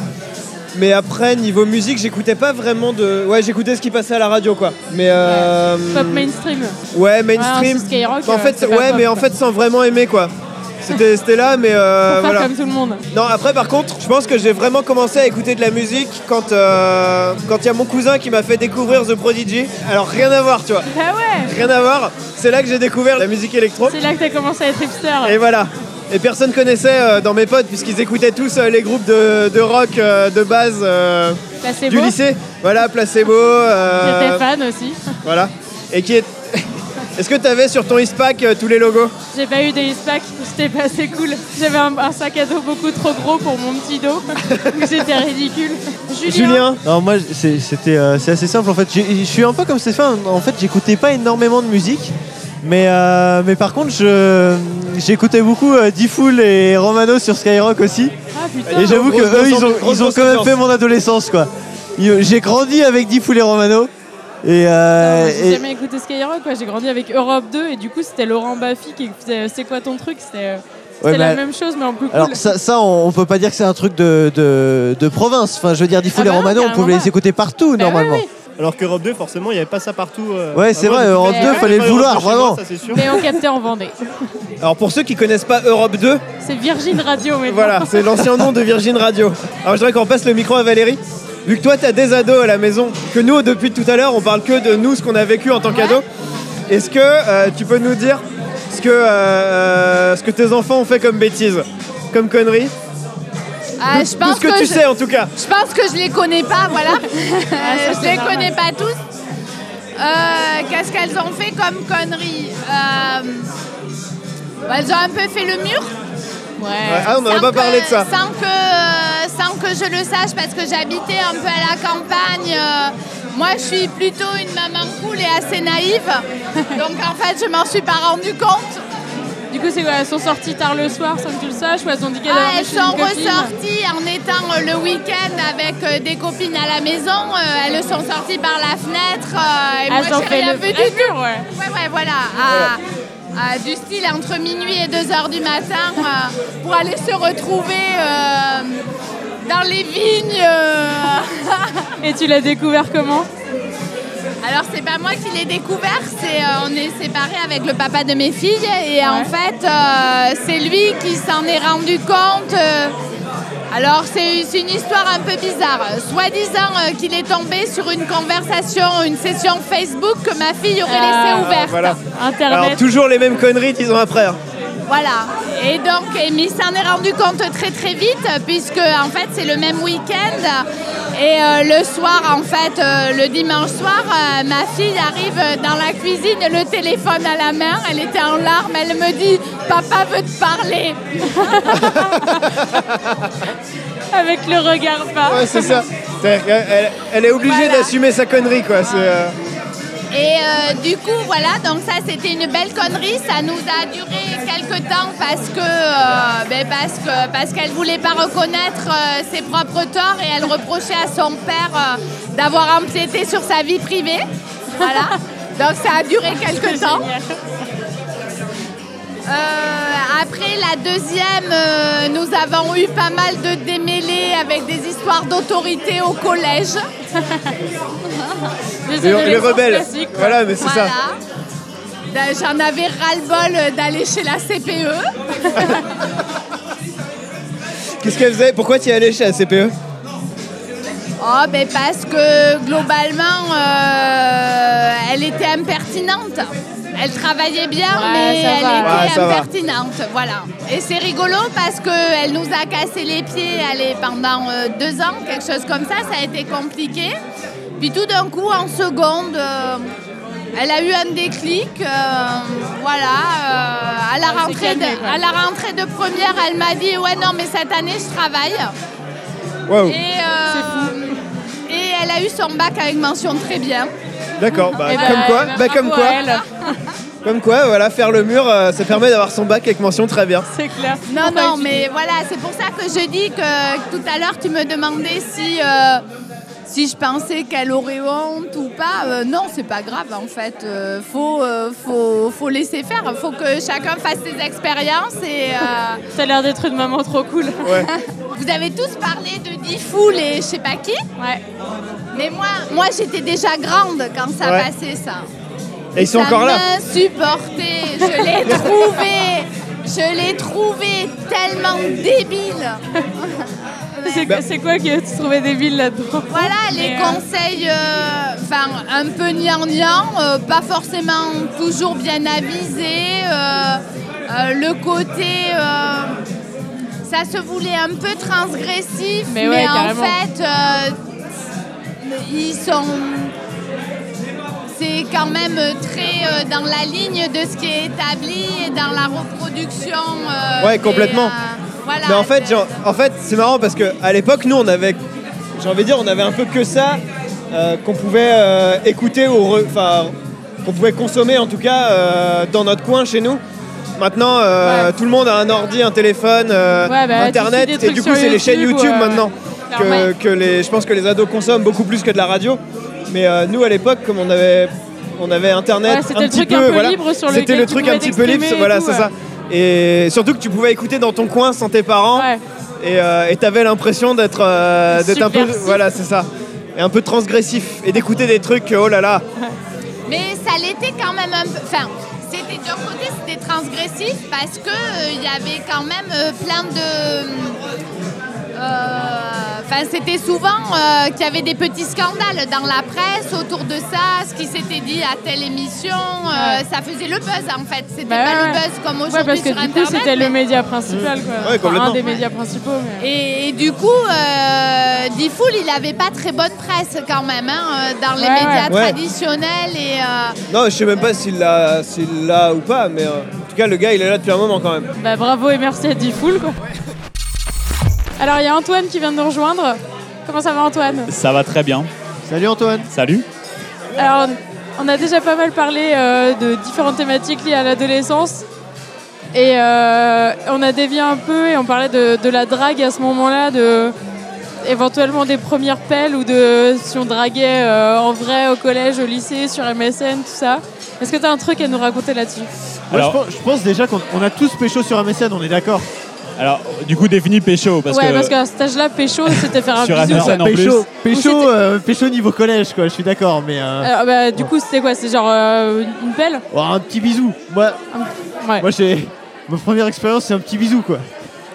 [SPEAKER 1] Mais après, niveau musique, j'écoutais pas vraiment de. Ouais, j'écoutais ce qui passait à la radio, quoi. Mais euh...
[SPEAKER 5] Pop mainstream.
[SPEAKER 1] Ouais,
[SPEAKER 5] Ouais,
[SPEAKER 1] mainstream.
[SPEAKER 5] non, c'est Skyrock,
[SPEAKER 1] en
[SPEAKER 5] euh,
[SPEAKER 1] fait,
[SPEAKER 5] c'est pas
[SPEAKER 1] ouais,
[SPEAKER 5] pop,
[SPEAKER 1] mais en
[SPEAKER 5] quoi.
[SPEAKER 1] fait, sans vraiment aimer, quoi. C'était c'était là, mais euh,
[SPEAKER 5] Faut faire
[SPEAKER 1] voilà.
[SPEAKER 5] comme tout le monde.
[SPEAKER 1] Non, après par contre, je pense que j'ai vraiment commencé à écouter de la musique quand euh, quand il y a mon cousin qui m'a fait découvrir The Prodigy. Alors rien à voir, tu vois.
[SPEAKER 5] Bah ouais,
[SPEAKER 1] Rien à voir. C'est là que j'ai découvert la musique électro.
[SPEAKER 5] c'est là que t'as commencé à être hipster.
[SPEAKER 1] Et voilà. Et personne connaissait euh, dans mes potes puisqu'ils écoutaient tous euh, les groupes de, de rock euh, de base euh,
[SPEAKER 5] Là, c'est
[SPEAKER 1] du
[SPEAKER 5] beau.
[SPEAKER 1] lycée. Voilà, Placebo. euh,
[SPEAKER 5] J'étais fan aussi.
[SPEAKER 1] voilà. Et qui est. Est-ce que t'avais sur ton ISPAC tous les logos
[SPEAKER 5] J'ai pas eu des ISPAC, j'étais pas assez cool. J'avais un, un sac à dos beaucoup trop gros pour mon petit dos. Donc J'étais ridicule. Julien,
[SPEAKER 1] Julien
[SPEAKER 6] Alors moi c'est c'était, euh, c'est assez simple en fait. J'ai- Je suis un peu comme Stéphane. En fait j'écoutais pas énormément de musique, mais euh, mais par contre je j'écoutais beaucoup euh, Diffoul et Romano sur Skyrock aussi.
[SPEAKER 5] Ah putain,
[SPEAKER 6] Et j'avoue que
[SPEAKER 1] Grosse
[SPEAKER 6] eux ils ont
[SPEAKER 1] grosse
[SPEAKER 6] ils ont quand même
[SPEAKER 1] influence.
[SPEAKER 6] fait mon adolescence quoi. Ils- J'ai grandi avec Diffoul et Romano. Et, euh,
[SPEAKER 5] Non, j'ai
[SPEAKER 6] et-
[SPEAKER 5] jamais écouté Skyrock, quoi. j'ai grandi avec Europe 2 et du coup c'était Laurent Baffy qui faisait C'est quoi ton truc C'était euh, c'était
[SPEAKER 6] Ouais, mais-
[SPEAKER 5] la même chose mais en plus cool.
[SPEAKER 6] alors ça, ça on, on peut pas dire que c'est un truc de, de, de province. Enfin je veux dire Diffoul
[SPEAKER 5] Ah bah
[SPEAKER 6] et
[SPEAKER 5] non,
[SPEAKER 6] Romano on
[SPEAKER 5] carrément
[SPEAKER 6] pouvait
[SPEAKER 5] pas.
[SPEAKER 6] les écouter partout
[SPEAKER 5] Bah ouais,
[SPEAKER 6] normalement.
[SPEAKER 5] oui.
[SPEAKER 8] Alors qu'Europe 2 forcément il n'y avait pas ça partout. euh.
[SPEAKER 6] Ouais, c'est
[SPEAKER 8] Ah, moi,
[SPEAKER 6] vrai,
[SPEAKER 8] j'ai
[SPEAKER 6] Europe
[SPEAKER 8] découvert-
[SPEAKER 5] 2,
[SPEAKER 8] j'ai
[SPEAKER 6] fallait le
[SPEAKER 8] découvert Europe 2 chez
[SPEAKER 6] vouloir, vraiment.
[SPEAKER 8] moi, ça, c'est sûr.
[SPEAKER 5] Mais on captait en Vendée.
[SPEAKER 1] Alors pour ceux qui connaissent pas Europe 2,
[SPEAKER 5] C'est Virgin Radio mais
[SPEAKER 1] Voilà, c'est l'ancien nom de Virgin Radio. Alors je voudrais qu'on passe le micro à Valérie. Vu que toi, t'as des ados à la maison, que nous, depuis tout à l'heure, on parle que de nous, ce qu'on a vécu en tant qu'ados, est-ce que euh, tu peux nous dire ce que, euh, ce que tes enfants ont fait comme bêtises comme conneries
[SPEAKER 7] Ah, je
[SPEAKER 1] Tout
[SPEAKER 7] pense
[SPEAKER 1] ce que, tu
[SPEAKER 7] je-
[SPEAKER 1] sais en tout cas.
[SPEAKER 7] Je pense que je les connais pas, voilà. Euh, je
[SPEAKER 5] Ah, c'est
[SPEAKER 7] les
[SPEAKER 5] normal.
[SPEAKER 7] connais pas tous. Euh, Qu'est-ce qu'elles ont fait comme conneries Euh, bah, Elles ont un peu fait le mur.
[SPEAKER 5] Ouais.
[SPEAKER 1] Ah, on n'aurait
[SPEAKER 7] Sans
[SPEAKER 1] pas
[SPEAKER 7] que-
[SPEAKER 1] parlé de ça.
[SPEAKER 7] Sans que, euh, sans que je le sache, parce que j'habitais un peu à la campagne. euh, moi, je suis plutôt une maman cool et assez naïve. Donc, en fait, je m'en suis pas rendu compte.
[SPEAKER 5] Du coup c'est quoi Elles sont sorties tard le soir sans que tu le saches ou elles ont dit qu'elles
[SPEAKER 7] Ah,
[SPEAKER 5] avaient
[SPEAKER 7] elles
[SPEAKER 5] chez une
[SPEAKER 7] sont
[SPEAKER 5] copine
[SPEAKER 7] ressorties en étant euh, le week-end avec euh, des copines à la maison. euh, elles sont sorties par la fenêtre. euh, et
[SPEAKER 5] Elles
[SPEAKER 7] moi,
[SPEAKER 5] ont
[SPEAKER 7] j'ai
[SPEAKER 5] fait
[SPEAKER 7] rien
[SPEAKER 5] le
[SPEAKER 7] vu
[SPEAKER 5] vrai
[SPEAKER 7] du tout.
[SPEAKER 5] mur, ouais.
[SPEAKER 7] Ouais, ouais, voilà. à- à du style entre minuit et 2 heures du matin euh, pour aller se retrouver euh, dans les vignes. euh.
[SPEAKER 5] Et tu l'as découvert comment
[SPEAKER 7] Alors c'est pas moi qui l'ai découvert, c'est euh, on est séparés avec le papa de mes filles et en fait euh, c'est lui qui s'en est rendu compte. euh. alors c'est c'est une histoire un peu bizarre. Soi-disant euh, qu'il est tombé sur une conversation, une session Facebook que ma fille aurait
[SPEAKER 5] Ah,
[SPEAKER 7] laissée ouverte.
[SPEAKER 1] Voilà. Alors
[SPEAKER 5] Internet.
[SPEAKER 1] toujours les mêmes conneries dix ans après. hein.
[SPEAKER 7] Voilà. Et donc, Amy s'en est rendu compte très très vite, puisque en fait, c'est le même week-end. Et euh, le soir, en fait, euh, le dimanche soir, euh, ma fille arrive dans la cuisine, le téléphone à la main. Elle était en larmes. Elle me dit Papa veut te parler.
[SPEAKER 5] Avec le regard pas.
[SPEAKER 1] Ouais, c'est ça. C'est-à-dire qu'elle- Elle, elle est obligée
[SPEAKER 7] Voilà.
[SPEAKER 1] d'assumer sa connerie quoi. C'est, euh,
[SPEAKER 7] Et euh, du coup, voilà, donc ça, c'était une belle connerie. Ça nous a duré quelques temps parce que, euh, ben, parce que parce qu'elle voulait pas reconnaître euh, ses propres torts et elle reprochait à son père euh, d'avoir empiété sur sa vie privée. Voilà. Donc ça a duré quelques temps. Euh, après la deuxième, euh, nous avons eu pas mal de démêlés avec des histoires d'autorité au collège.
[SPEAKER 5] Les,
[SPEAKER 1] Les, les
[SPEAKER 5] adolescents
[SPEAKER 1] rebelles.
[SPEAKER 5] classiques, quoi.
[SPEAKER 1] Voilà, mais c'est
[SPEAKER 7] Voilà.
[SPEAKER 1] ça.
[SPEAKER 7] Ben, J'en avais ras-le-bol euh, d'aller chez la E. CPE.
[SPEAKER 1] Qu'est-ce qu'elle faisait Pourquoi tu es allé chez la E? CPE
[SPEAKER 7] Oh, ben parce que globalement, euh, elle était impertinente. Elle travaillait bien,
[SPEAKER 5] Ouais,
[SPEAKER 7] mais
[SPEAKER 5] ça
[SPEAKER 7] elle
[SPEAKER 5] va.
[SPEAKER 1] Ouais,
[SPEAKER 7] était
[SPEAKER 1] Ah, ça va.
[SPEAKER 7] impertinente. Voilà. Et c'est rigolo parce qu'elle nous a cassé les pieds elle est pendant euh, deux ans, quelque chose comme ça. Ça a été compliqué. Puis tout d'un coup, en seconde, euh, elle a eu un déclic. euh, voilà. euh, à, la
[SPEAKER 5] s'est
[SPEAKER 7] rentrée
[SPEAKER 5] calmée,
[SPEAKER 7] de,
[SPEAKER 5] quoi.
[SPEAKER 7] à la rentrée de première, elle m'a dit Ouais, non, mais cette année, je travaille.
[SPEAKER 1] Waouh.
[SPEAKER 7] Et, euh, et elle a eu son bac avec mention très bien.
[SPEAKER 1] D'accord. Bah,
[SPEAKER 5] Eh ben,
[SPEAKER 1] comme quoi,
[SPEAKER 5] eh ben,
[SPEAKER 1] bah, comme
[SPEAKER 5] bravo
[SPEAKER 1] quoi,
[SPEAKER 5] à elle.
[SPEAKER 1] comme quoi, voilà, faire le mur, euh, ça permet d'avoir son bac avec mention très bien.
[SPEAKER 5] C'est clair.
[SPEAKER 7] Non,
[SPEAKER 5] Pourquoi
[SPEAKER 7] non,
[SPEAKER 5] étudier
[SPEAKER 7] mais voilà, c'est pour ça que je dis que tout à l'heure, tu me demandais si, euh, si je pensais qu'elle aurait honte ou pas. Euh, non, c'est pas grave, en fait. Euh, faut, euh, faut, faut laisser faire. faut que chacun fasse ses expériences. Et euh,
[SPEAKER 5] T'as l'air d'être une maman trop cool.
[SPEAKER 1] Ouais.
[SPEAKER 7] vous avez tous parlé de Diffoul et je sais pas qui.
[SPEAKER 5] Ouais.
[SPEAKER 7] Mais moi, moi j'étais déjà grande quand ça
[SPEAKER 1] Ouais.
[SPEAKER 7] passait, ça.
[SPEAKER 1] Et ils sont
[SPEAKER 7] Ça
[SPEAKER 1] encore là.
[SPEAKER 7] m'insupportait. Je l'ai trouvé. Je l'ai trouvé tellement débile.
[SPEAKER 5] C'est
[SPEAKER 1] Bah-
[SPEAKER 5] c'est quoi que tu trouvais débile là-dedans
[SPEAKER 7] Voilà, les
[SPEAKER 5] Mais, euh,
[SPEAKER 7] conseils, euh, enfin, un peu gnangnan, euh, pas forcément toujours bien avisés. euh, euh, le côté. euh, ça se voulait un peu transgressif, mais,
[SPEAKER 5] Mais ouais,
[SPEAKER 7] en
[SPEAKER 5] carrément.
[SPEAKER 7] fait, euh, ils sont. C'est quand même très euh, dans la ligne de ce qui est établi et dans la reproduction. euh,
[SPEAKER 1] Ouais,
[SPEAKER 7] des,
[SPEAKER 1] complètement.
[SPEAKER 7] euh, voilà,
[SPEAKER 1] Mais en fait,
[SPEAKER 7] de-
[SPEAKER 1] genre, en fait, c'est marrant parce que à l'époque, nous, on avait, j'ai envie de dire, on avait un peu que ça euh, qu'on pouvait euh, écouter ou, re- enfin, qu'on pouvait consommer en tout cas euh, dans notre coin chez nous. Maintenant, euh,
[SPEAKER 5] Ouais.
[SPEAKER 1] tout le monde a un ordi, un téléphone, euh,
[SPEAKER 5] Ouais, bah,
[SPEAKER 1] internet,
[SPEAKER 5] tu suis des
[SPEAKER 1] et
[SPEAKER 5] trucs
[SPEAKER 1] du
[SPEAKER 5] sur
[SPEAKER 1] coup, c'est les chaînes
[SPEAKER 5] YouTube,
[SPEAKER 1] YouTube
[SPEAKER 5] euh,
[SPEAKER 1] maintenant que,
[SPEAKER 5] ouais.
[SPEAKER 1] que les, je pense que les ados consomment beaucoup plus que de la radio. Mais euh, nous, à l'époque, comme on avait, on avait internet
[SPEAKER 5] Ouais, c'était
[SPEAKER 1] un
[SPEAKER 5] le
[SPEAKER 1] petit
[SPEAKER 5] truc
[SPEAKER 1] peu,
[SPEAKER 5] un peu
[SPEAKER 1] voilà,
[SPEAKER 5] libre sur
[SPEAKER 1] c'était
[SPEAKER 5] lequel
[SPEAKER 1] le
[SPEAKER 5] tu
[SPEAKER 1] truc
[SPEAKER 5] pouvais
[SPEAKER 1] un petit peu libre,
[SPEAKER 5] t'exprimer et
[SPEAKER 1] voilà,
[SPEAKER 5] tout,
[SPEAKER 1] c'est
[SPEAKER 5] ouais.
[SPEAKER 1] ça. Et surtout que tu pouvais écouter dans ton coin sans tes parents.
[SPEAKER 5] Ouais.
[SPEAKER 1] Et euh, et t'avais l'impression d'être euh, d'être un peu.
[SPEAKER 5] Subversif.
[SPEAKER 1] Voilà, c'est ça. Et un peu transgressif. Et d'écouter des trucs, oh là là.
[SPEAKER 7] Mais ça l'était quand même un peu. Enfin, c'était d'un côté, c'était transgressif parce que euh, il y avait quand même euh, plein de. euh, Enfin, c'était souvent euh, qu'il y avait des petits scandales dans la presse autour de ça, ce qui s'était dit à telle émission. euh,
[SPEAKER 5] Ouais.
[SPEAKER 7] Ça faisait le buzz en fait. C'était
[SPEAKER 5] Bah
[SPEAKER 7] pas
[SPEAKER 5] ouais,
[SPEAKER 7] le
[SPEAKER 5] ouais.
[SPEAKER 7] buzz comme
[SPEAKER 5] Ouais,
[SPEAKER 7] aujourd'hui
[SPEAKER 5] parce que
[SPEAKER 7] sur
[SPEAKER 5] du coup,
[SPEAKER 7] Internet.
[SPEAKER 5] c'était le
[SPEAKER 7] mais-
[SPEAKER 5] médial principal, quoi. Enfin,
[SPEAKER 1] complètement.
[SPEAKER 5] un des médias principaux. mais-
[SPEAKER 7] et, et du coup, euh, Diffoul, il avait pas très bonne presse quand même hein, euh, dans les
[SPEAKER 5] Ouais,
[SPEAKER 7] médias
[SPEAKER 1] ouais. Ouais.
[SPEAKER 7] traditionnels et. euh,
[SPEAKER 1] Non, je sais même pas s'il l'a s'il l'a ou pas, mais euh, en tout cas, le gars, il est là depuis un moment quand même.
[SPEAKER 5] Bah, bravo et merci à Diffoul, quoi. Alors, il y a Antoine qui vient de nous rejoindre. Comment ça va, Antoine
[SPEAKER 9] Ça va très bien.
[SPEAKER 6] Salut Antoine.
[SPEAKER 9] Salut.
[SPEAKER 5] Alors, on a déjà pas mal parlé euh, de différentes thématiques liées à l'adolescence. Et euh, on a dévié un peu et on parlait de, de la drague à ce moment-là, de éventuellement des premières pelles ou de si on draguait euh, en vrai au collège, au lycée, sur MSN, tout ça. Est-ce que tu as un truc à nous raconter là-dessus
[SPEAKER 6] Moi,
[SPEAKER 9] Alors-
[SPEAKER 6] Oh, je, pense, je pense déjà qu'on on a tous pécho sur MSN, on est d'accord.
[SPEAKER 9] Alors, du coup, définis pécho parce
[SPEAKER 5] Ouais,
[SPEAKER 9] que
[SPEAKER 5] parce qu'à cet âge-là, pécho, c'était faire un
[SPEAKER 9] Sur
[SPEAKER 5] bisou.
[SPEAKER 9] Internet,
[SPEAKER 5] quoi.
[SPEAKER 9] non. en
[SPEAKER 6] Pécho,
[SPEAKER 5] Ou
[SPEAKER 6] pécho,
[SPEAKER 5] c'était-
[SPEAKER 6] euh, pécho niveau collège, quoi, je suis d'accord, mais euh,
[SPEAKER 5] Alors, bah, du coup, c'était quoi C'est genre euh, une pelle
[SPEAKER 6] oh, un petit bisou. Moi,
[SPEAKER 5] Ouais.
[SPEAKER 6] moi j'ai. Ma première expérience, c'est un petit bisou, quoi.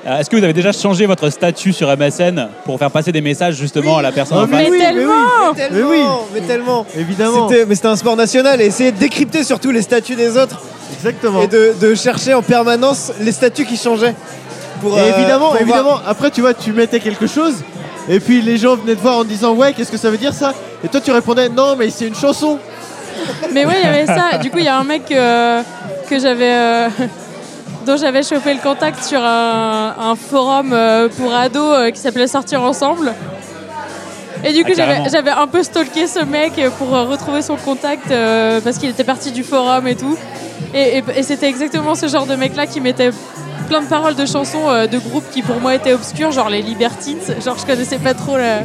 [SPEAKER 9] euh, est-ce que vous avez déjà changé votre statut sur MSN pour faire passer des messages justement à la personne en
[SPEAKER 6] Ah, mais
[SPEAKER 5] Mais
[SPEAKER 9] face
[SPEAKER 6] oui, mais oui.
[SPEAKER 5] tellement
[SPEAKER 1] Tellement, mais tellement.
[SPEAKER 6] Évidemment.
[SPEAKER 1] C'était- Mais c'était un sport national et essayer de décrypter surtout les statuts des autres
[SPEAKER 6] Exactement.
[SPEAKER 1] et de, de chercher en permanence les statuts qui changeaient. Pour,
[SPEAKER 6] Et
[SPEAKER 1] euh,
[SPEAKER 6] évidemment,
[SPEAKER 1] pour
[SPEAKER 6] évidemment,
[SPEAKER 1] voir.
[SPEAKER 6] après tu vois, tu mettais quelque chose, et puis les gens venaient te voir en te disant ouais, qu'est-ce que ça veut dire ça Et toi tu répondais non, mais c'est une chanson.
[SPEAKER 5] Mais ouais, il y avait ça. Du coup, il y a un mec euh, que j'avais. euh, dont j'avais chopé le contact sur un, un forum euh, pour ados euh, qui s'appelait Sortir Ensemble. Et du coup,
[SPEAKER 9] Ah, carrément.
[SPEAKER 5] j'avais- j'avais un peu stalké ce mec pour euh, retrouver son contact euh, parce qu'il était parti du forum et tout. Et, et- et c'était exactement ce genre de mec-là qui mettait plein de paroles de chansons euh, de groupes qui pour moi étaient obscurs, genre les Libertines. Genre, je connaissais pas trop la-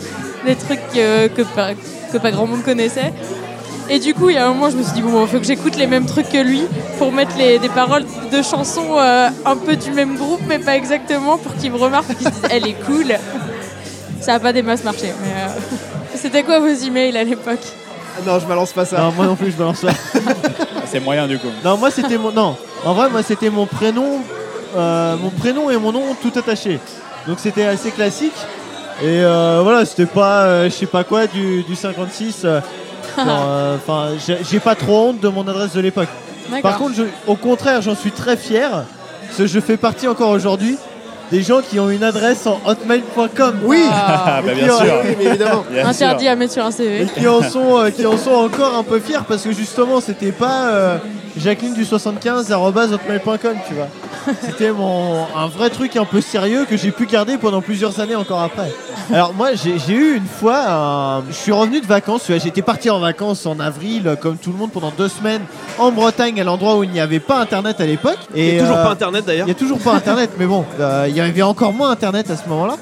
[SPEAKER 5] les trucs euh, que, pas- que pas grand monde connaissait. Et du coup, il y a un moment, je me suis dit, bon, il faut que j'écoute les mêmes trucs que lui pour mettre les- des paroles de chansons euh, un peu du même groupe, mais pas exactement, pour qu'il me remarque, qu'il se dise, elle est cool. Ça a pas des masses marché, mais euh, c'était quoi vos emails à l'époque
[SPEAKER 1] Non, je balance pas ça.
[SPEAKER 6] Non, moi non plus, je balance pas.
[SPEAKER 9] C'est moyen du coup.
[SPEAKER 6] Non, moi c'était mon. Non, en vrai, moi c'était mon prénom, euh, mon prénom et mon nom tout attaché. Donc c'était assez classique. Et euh, voilà, c'était pas, euh, je sais pas quoi, du, du 56. euh, genre, euh, Enfin, j'ai- j'ai pas trop honte de mon adresse de l'époque. Par contre, je- au contraire, j'en suis très fier. Parce que je fais partie encore aujourd'hui des gens qui ont une adresse en hotmail.com.
[SPEAKER 1] Oui
[SPEAKER 9] Ah, bah
[SPEAKER 6] Et
[SPEAKER 9] bien
[SPEAKER 6] puis,
[SPEAKER 9] sûr.
[SPEAKER 6] euh,
[SPEAKER 1] Oui, mais évidemment.
[SPEAKER 9] Bien
[SPEAKER 5] interdit à mettre sur un CV.
[SPEAKER 6] et qui en sont euh, qui en sont encore un peu fiers parce que justement c'était pas euh, Jacqueline du 75 hotmail.com tu vois c'était mon un vrai truc un peu sérieux que j'ai pu garder pendant plusieurs années encore après alors moi j'ai j'ai eu une fois un- je suis revenu de vacances tu vois, j'étais parti en vacances en avril euh, comme tout le monde pendant deux semaines en Bretagne à l'endroit où il n'y avait pas internet à l'époque
[SPEAKER 1] Et
[SPEAKER 6] et
[SPEAKER 1] toujours
[SPEAKER 6] euh,
[SPEAKER 1] pas internet d'ailleurs.
[SPEAKER 6] il n'y a toujours pas Internet, mais bon, euh, il y avait encore moins Internet à ce moment-là.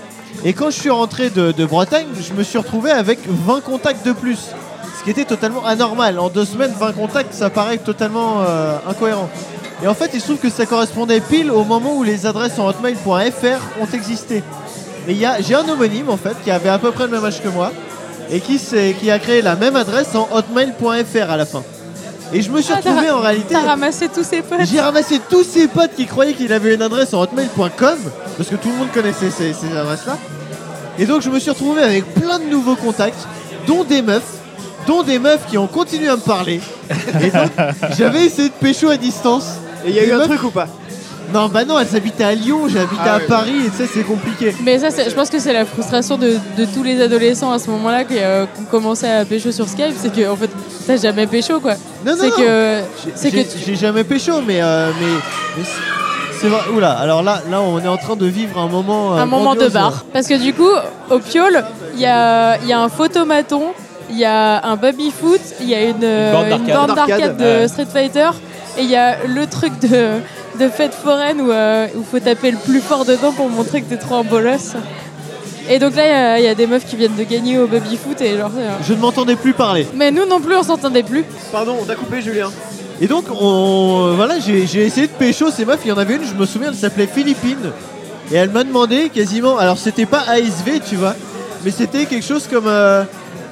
[SPEAKER 6] Et quand je suis rentré de, de Bretagne, je me suis retrouvé avec 20 contacts de plus. Ce qui était totalement anormal. En deux semaines, 20 contacts, ça paraît totalement euh, incohérent. Et en fait, il se trouve que ça correspondait pile au moment où les adresses en hotmail.fr ont existé. Et il y a- j'ai un homonyme en fait qui avait à peu près le même âge que moi et qui, s'est- qui a créé la même adresse en hotmail.fr à la fin. Et je me suis
[SPEAKER 5] Ah, t'as-
[SPEAKER 6] retrouvé en réalité
[SPEAKER 5] T'as ramassé tous ses potes.
[SPEAKER 6] j'ai ramassé tous ses potes qui croyaient qu'il avait une adresse en hotmail.com parce que tout le monde connaissait ces, ces adresses-là. Et donc je me suis retrouvé avec plein de nouveaux contacts, dont des meufs, dont des meufs qui ont continué à me parler. Et donc j'avais essayé de pécho à distance.
[SPEAKER 1] Et il y a
[SPEAKER 6] Des
[SPEAKER 1] eu un
[SPEAKER 6] meufs-
[SPEAKER 1] truc ou pas
[SPEAKER 6] Non, bah non, elles habitaient à Lyon, j'habitais
[SPEAKER 1] Ah
[SPEAKER 6] à
[SPEAKER 1] oui.
[SPEAKER 6] Paris et tu sais, c'est compliqué.
[SPEAKER 5] Mais ça, c'est- je pense que c'est la frustration de, de tous les adolescents à ce moment-là qui euh, qui ont commencé à pécho sur Skype. C'est que, en fait, t'as jamais pécho, quoi.
[SPEAKER 6] Non, non,
[SPEAKER 5] C'est
[SPEAKER 6] non.
[SPEAKER 5] que.
[SPEAKER 6] J'ai-
[SPEAKER 5] C'est
[SPEAKER 6] j'ai-
[SPEAKER 5] que tu-
[SPEAKER 6] j'ai jamais pécho, mais euh, mais, mais c'est- c'est vrai. Oula, alors là, là, on est en train de vivre un moment. euh,
[SPEAKER 5] un moment de
[SPEAKER 6] grandiose,
[SPEAKER 5] bar. Parce que du coup, au Piole, il y a, il y a un photomaton, il y a un baby-foot, il y a une, euh,
[SPEAKER 9] borne
[SPEAKER 5] une
[SPEAKER 9] d'arcade.
[SPEAKER 5] borne d'arcade
[SPEAKER 1] D'arcade.
[SPEAKER 5] de Street Fighter, et il y a le truc de, de fête foraine où il faut taper le plus fort dedans pour montrer que t'es trop en bolos. Et donc là, il y a- il y, a des meufs qui viennent de gagner au baby-foot, et genre. euh,
[SPEAKER 6] euh. Je ne m'entendais plus parler.
[SPEAKER 5] Mais nous non plus, on s'entendait plus.
[SPEAKER 1] Pardon, on t'a coupé, Julien.
[SPEAKER 6] Et donc, on, euh, voilà, j'ai j'ai essayé de pécho ces meufs. Il y en avait une, je me souviens, elle s'appelait Philippine. Et elle m'a demandé quasiment. Alors, c'était pas ASV, tu vois, mais c'était quelque chose comme. euh,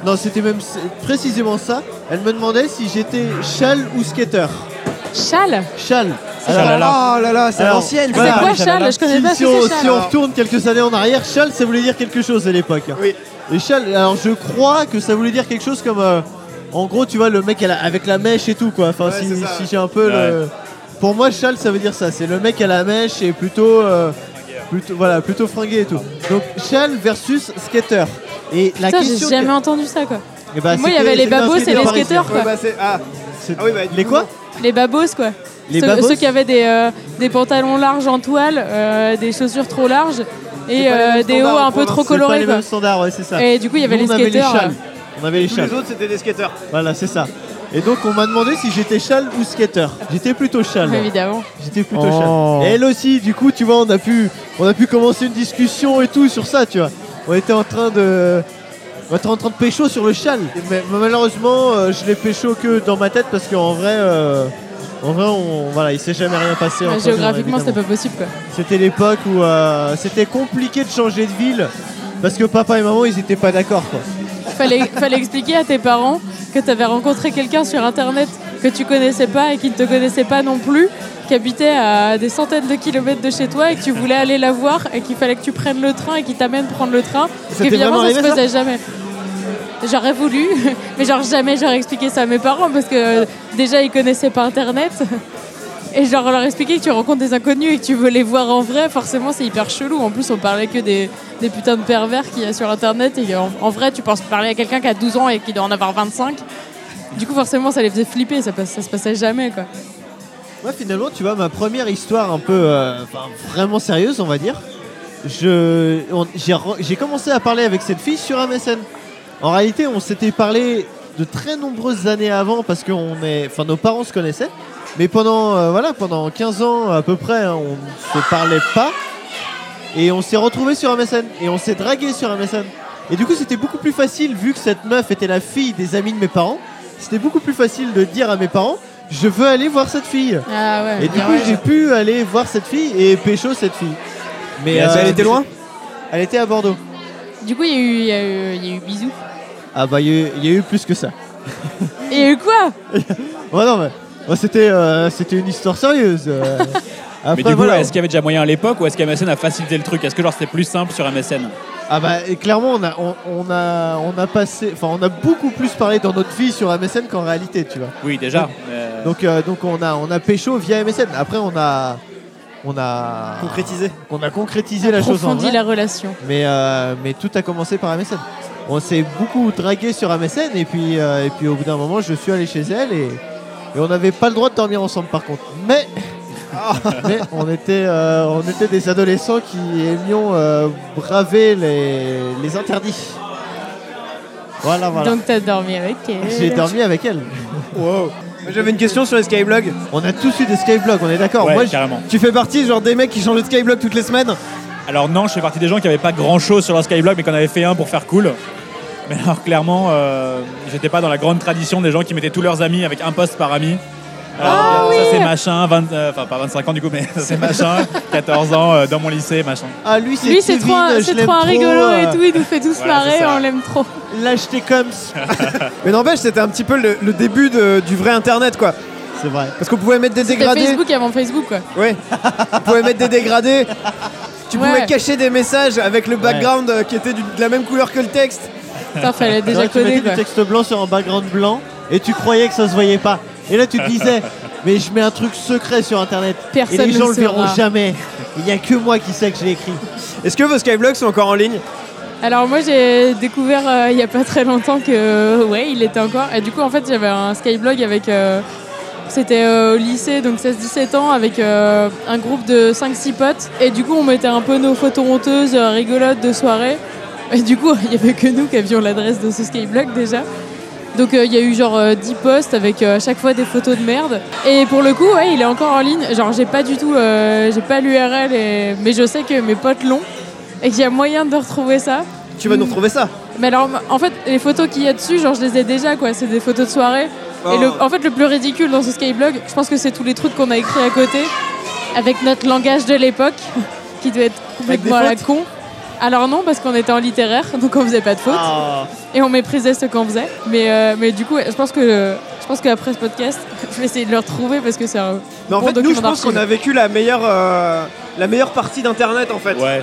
[SPEAKER 6] non, c'était même c- précisément ça. Elle me demandait si j'étais châle ou skater.
[SPEAKER 5] Chal
[SPEAKER 6] Châle.
[SPEAKER 9] Ah là là.
[SPEAKER 1] Oh là là, c'est à
[SPEAKER 6] Alors,
[SPEAKER 1] l'ancienne.
[SPEAKER 5] C'est
[SPEAKER 1] ça.
[SPEAKER 5] quoi Chal Je connais
[SPEAKER 6] Si,
[SPEAKER 5] pas
[SPEAKER 6] si
[SPEAKER 5] si
[SPEAKER 6] on,
[SPEAKER 5] c'est
[SPEAKER 6] si
[SPEAKER 5] Chal.
[SPEAKER 6] on retourne quelques années en arrière, châle, ça voulait dire quelque chose à l'époque. hein.
[SPEAKER 1] Oui.
[SPEAKER 6] Et châle, alors je crois que ça voulait dire quelque chose comme. euh, en gros, tu vois, le mec à la- avec la mèche et tout, quoi. Enfin,
[SPEAKER 1] Ouais,
[SPEAKER 6] si,
[SPEAKER 1] c'est ça.
[SPEAKER 6] si j'ai un peu le. Pour moi, châle, ça veut dire ça. C'est le mec à la mèche et plutôt. euh, plutôt voilà, plutôt fringué et tout. Donc, châle versus skater. Et la
[SPEAKER 5] Putain, j'ai
[SPEAKER 6] question.
[SPEAKER 5] jamais entendu ça quoi.
[SPEAKER 6] Eh ben,
[SPEAKER 5] Moi, il y
[SPEAKER 6] c'était-
[SPEAKER 5] avait les
[SPEAKER 6] c'était un
[SPEAKER 5] babos et
[SPEAKER 6] skater
[SPEAKER 5] les
[SPEAKER 6] parisien.
[SPEAKER 5] skateurs.
[SPEAKER 1] Ouais, bah, c'est- ah.
[SPEAKER 6] C'est-
[SPEAKER 1] Ah oui, bah, du
[SPEAKER 6] Les
[SPEAKER 1] coup,
[SPEAKER 6] quoi
[SPEAKER 1] non.
[SPEAKER 5] Les babos quoi.
[SPEAKER 6] Les
[SPEAKER 5] ceux,
[SPEAKER 6] babos
[SPEAKER 5] ceux qui avaient des, euh, des pantalons larges en toile, euh, des chaussures trop larges et
[SPEAKER 1] pas les
[SPEAKER 5] euh,
[SPEAKER 1] mêmes
[SPEAKER 5] des
[SPEAKER 1] standards
[SPEAKER 5] hauts
[SPEAKER 1] en
[SPEAKER 5] un peu
[SPEAKER 1] province,
[SPEAKER 5] trop
[SPEAKER 6] C'est pas
[SPEAKER 5] colorés
[SPEAKER 6] les
[SPEAKER 5] quoi.
[SPEAKER 6] mêmes standards, ouais, c'est ça.
[SPEAKER 5] Et du coup, il y avait
[SPEAKER 6] Nous,
[SPEAKER 5] les
[SPEAKER 6] on avait les
[SPEAKER 5] skateurs.
[SPEAKER 6] châles.
[SPEAKER 5] euh,
[SPEAKER 6] On avait les
[SPEAKER 1] Tous
[SPEAKER 6] châles.
[SPEAKER 1] les autres, c'était des skateurs.
[SPEAKER 6] Voilà, c'est ça. Et donc on m'a demandé si j'étais châle ou skater. J'étais plutôt châle.
[SPEAKER 5] euh, Évidemment.
[SPEAKER 6] J'étais plutôt
[SPEAKER 8] Oh.
[SPEAKER 6] châle. Et elle aussi, du coup, tu vois, on a pu, on a pu commencer une discussion et tout sur ça, tu vois. On était en train de, on était en train de pécho sur le châle. Mais, mais malheureusement, euh, je l'ai pécho que dans ma tête parce qu'en vrai, euh, en vrai, on, voilà, il s'est jamais rien passé.
[SPEAKER 5] Ouais,
[SPEAKER 6] entre nous,
[SPEAKER 5] géographiquement, c'était
[SPEAKER 6] évidemment.
[SPEAKER 5] pas possible quoi.
[SPEAKER 6] C'était l'époque où euh, c'était compliqué de changer de ville parce que papa et maman, ils étaient pas d'accord, quoi.
[SPEAKER 5] Fallait, fallait expliquer à tes parents que t'avais rencontré quelqu'un sur internet que tu connaissais pas et qui ne te connaissait pas non plus, qui habitait à des centaines de kilomètres de chez toi et que tu voulais aller la voir et qu'il fallait que tu prennes le train et qu'il t'amène prendre le train.
[SPEAKER 6] Ça t'est
[SPEAKER 5] Évidemment,
[SPEAKER 6] vraiment
[SPEAKER 5] ça se
[SPEAKER 6] arrivé, ça
[SPEAKER 5] faisait jamais. J'aurais voulu, mais genre jamais j'aurais expliqué ça à mes parents parce que euh, déjà ils connaissaient pas internet. Et genre leur expliquer que tu rencontres des inconnus et que tu veux les voir en vrai, forcément c'est hyper chelou. En plus on parlait que des, des putains de pervers qu'il y a sur internet et en, en vrai tu penses parler à quelqu'un qui a 12 ans et qui doit en avoir 25. Du coup forcément ça les faisait flipper, ça, passe- ça se passait jamais quoi.
[SPEAKER 6] Moi finalement tu vois ma première histoire un peu euh, enfin, vraiment sérieuse on va dire. Je, on- j'ai, re- j'ai commencé à parler avec cette fille sur MSN. En réalité, on s'était parlé de très nombreuses années avant parce que on est, enfin, nos parents se connaissaient. Mais pendant, euh, voilà, pendant 15 ans à peu près, hein, on ne se parlait pas. Et on s'est retrouvés sur MSN. Et on s'est dragués sur MSN. Et du coup, c'était beaucoup plus facile, vu que cette meuf était la fille des amis de mes parents, c'était beaucoup plus facile de dire à mes parents Je veux aller voir cette fille.
[SPEAKER 5] Ah ouais.
[SPEAKER 6] Et du coup, j'ai pu aller voir cette fille et pécho cette fille. euh,
[SPEAKER 4] Mais elle était loin
[SPEAKER 6] Elle était à Bordeaux.
[SPEAKER 5] Du coup, il y a eu, il y a eu, il y a eu bisous.
[SPEAKER 6] Ah bah, il y, a eu- il y a eu plus que ça.
[SPEAKER 5] Et il y a eu quoi
[SPEAKER 6] Ouais, non, mais ouais, c'était euh, c'était une histoire sérieuse. euh.
[SPEAKER 9] Mais
[SPEAKER 6] Après,
[SPEAKER 9] du coup,
[SPEAKER 6] voilà.
[SPEAKER 9] est-ce qu'il y avait déjà moyen à l'époque ou est-ce qu'MSN a facilité le truc Est-ce que genre c'était plus simple sur MSN
[SPEAKER 6] Ah bah, et clairement, on a, on, on a, on a passé, enfin, on a beaucoup plus parlé dans notre vie sur MSN qu'en réalité, tu vois.
[SPEAKER 9] Oui, déjà. euh,
[SPEAKER 6] Donc, euh, donc on a, on a pécho via MSN. Après, on a, on a
[SPEAKER 1] Concrétisé.
[SPEAKER 6] on a concrétisé la chose en
[SPEAKER 5] Approfondit
[SPEAKER 6] vrai.
[SPEAKER 5] la relation.
[SPEAKER 6] Mais, euh, mais tout a commencé par MSN. On s'est beaucoup dragué sur MSN et puis, euh, et puis au bout d'un moment, je suis allé chez elle et, et on n'avait pas le droit de dormir ensemble par contre. Mais, mais on, était, euh, on était des adolescents qui aimions euh, braver les, les interdits. Voilà, voilà.
[SPEAKER 5] Donc t'as dormi avec elle.
[SPEAKER 6] J'ai dormi avec elle.
[SPEAKER 1] Wow. J'avais une question sur les Skyblog.
[SPEAKER 6] On a tous eu des skyblogs, on est d'accord.
[SPEAKER 9] ouais,
[SPEAKER 6] Moi, je-
[SPEAKER 9] carrément.
[SPEAKER 1] Tu fais partie genre des mecs qui changent de Skyblog toutes les semaines
[SPEAKER 9] Alors non, je fais partie des gens qui n'avaient pas grand-chose sur leur Skyblog, mais qu'on avait fait un pour faire cool. Mais alors clairement, euh, j'étais pas dans la grande tradition des gens qui mettaient tous leurs amis avec un poste par ami. Alors, ça c'est machin, 20, euh, enfin pas 25 ans du coup, mais ça c'est machin, 14 ans euh, dans mon lycée, machin.
[SPEAKER 6] Ah, lui, c'est
[SPEAKER 5] Lui, c'est trop,
[SPEAKER 6] Kevin,
[SPEAKER 5] un-
[SPEAKER 6] je
[SPEAKER 5] c'est
[SPEAKER 6] l'aime
[SPEAKER 5] trop un rigolo
[SPEAKER 6] euh,
[SPEAKER 5] et tout. Il nous fait tous
[SPEAKER 9] Voilà, c'est
[SPEAKER 5] marrer,
[SPEAKER 9] ça.
[SPEAKER 5] on l'aime trop.
[SPEAKER 6] L'acheter comme.
[SPEAKER 1] Mais n'empêche, c'était un petit peu le, le début de- du vrai internet quoi.
[SPEAKER 6] C'est vrai.
[SPEAKER 1] Parce qu'on pouvait mettre des
[SPEAKER 5] C'était
[SPEAKER 1] dégradés.
[SPEAKER 5] Facebook avant Facebook, quoi.
[SPEAKER 1] Ouais. On pouvait mettre des dégradés. Tu
[SPEAKER 5] Ouais.
[SPEAKER 1] pouvais cacher des messages avec le background euh, qui était du- de la même couleur que le texte.
[SPEAKER 5] Putain, fallait
[SPEAKER 6] C'est vrai
[SPEAKER 5] déjà
[SPEAKER 6] que tu mettais
[SPEAKER 5] coder,
[SPEAKER 6] du
[SPEAKER 5] quoi.
[SPEAKER 6] texte blanc sur un background blanc et tu croyais que ça se voyait pas. Et là, tu te disais, mais je mets un truc secret sur internet.
[SPEAKER 5] Personne
[SPEAKER 6] et les
[SPEAKER 5] ne
[SPEAKER 6] gens le
[SPEAKER 5] saura.
[SPEAKER 6] verront jamais. Il n'y a que moi qui sais que je l'ai écrit.
[SPEAKER 1] Est-ce que vos Skyblogs sont encore en ligne
[SPEAKER 5] Alors moi j'ai découvert euh, il n'y a pas très longtemps que euh, ouais il était encore et du coup en fait j'avais un skyblog avec euh, c'était euh, au lycée donc 16-17 ans avec euh, un groupe de 5-6 potes et du coup on mettait un peu nos photos honteuses euh, rigolotes de soirée et du coup il n'y avait que nous qui avions l'adresse de ce skyblog déjà donc euh, il y a eu genre euh, 10 posts avec euh, à chaque fois des photos de merde et pour le coup ouais il est encore en ligne genre j'ai pas du tout euh, j'ai pas l'URL et... mais je sais que mes potes l'ont et qu'il y a moyen de retrouver ça
[SPEAKER 1] Tu vas nous retrouver ça.
[SPEAKER 5] mais alors, en fait, les photos qu'il y a dessus, genre, je les ai déjà, quoi. C'est des photos de soirée. Et
[SPEAKER 1] Oh.
[SPEAKER 5] le, en fait, le plus ridicule dans ce Skyblog, je pense que c'est tous les trucs qu'on a écrits à côté, avec notre langage de l'époque, qui devait être complètement à la con. Alors non, parce qu'on était en littéraire, donc on faisait pas de fautes.
[SPEAKER 1] Ah.
[SPEAKER 6] Ah.
[SPEAKER 5] Et on méprisait ce qu'on faisait. Mais, euh, mais du coup, je pense que je pense qu'après ce podcast, je vais essayer de le retrouver parce que c'est un...
[SPEAKER 1] Mais en
[SPEAKER 5] Bon
[SPEAKER 1] fait, nous, je
[SPEAKER 5] document
[SPEAKER 1] pense qu'on a
[SPEAKER 5] d'archives.
[SPEAKER 1] vécu la meilleure, euh, la meilleure partie d'Internet, en fait.
[SPEAKER 9] Ouais.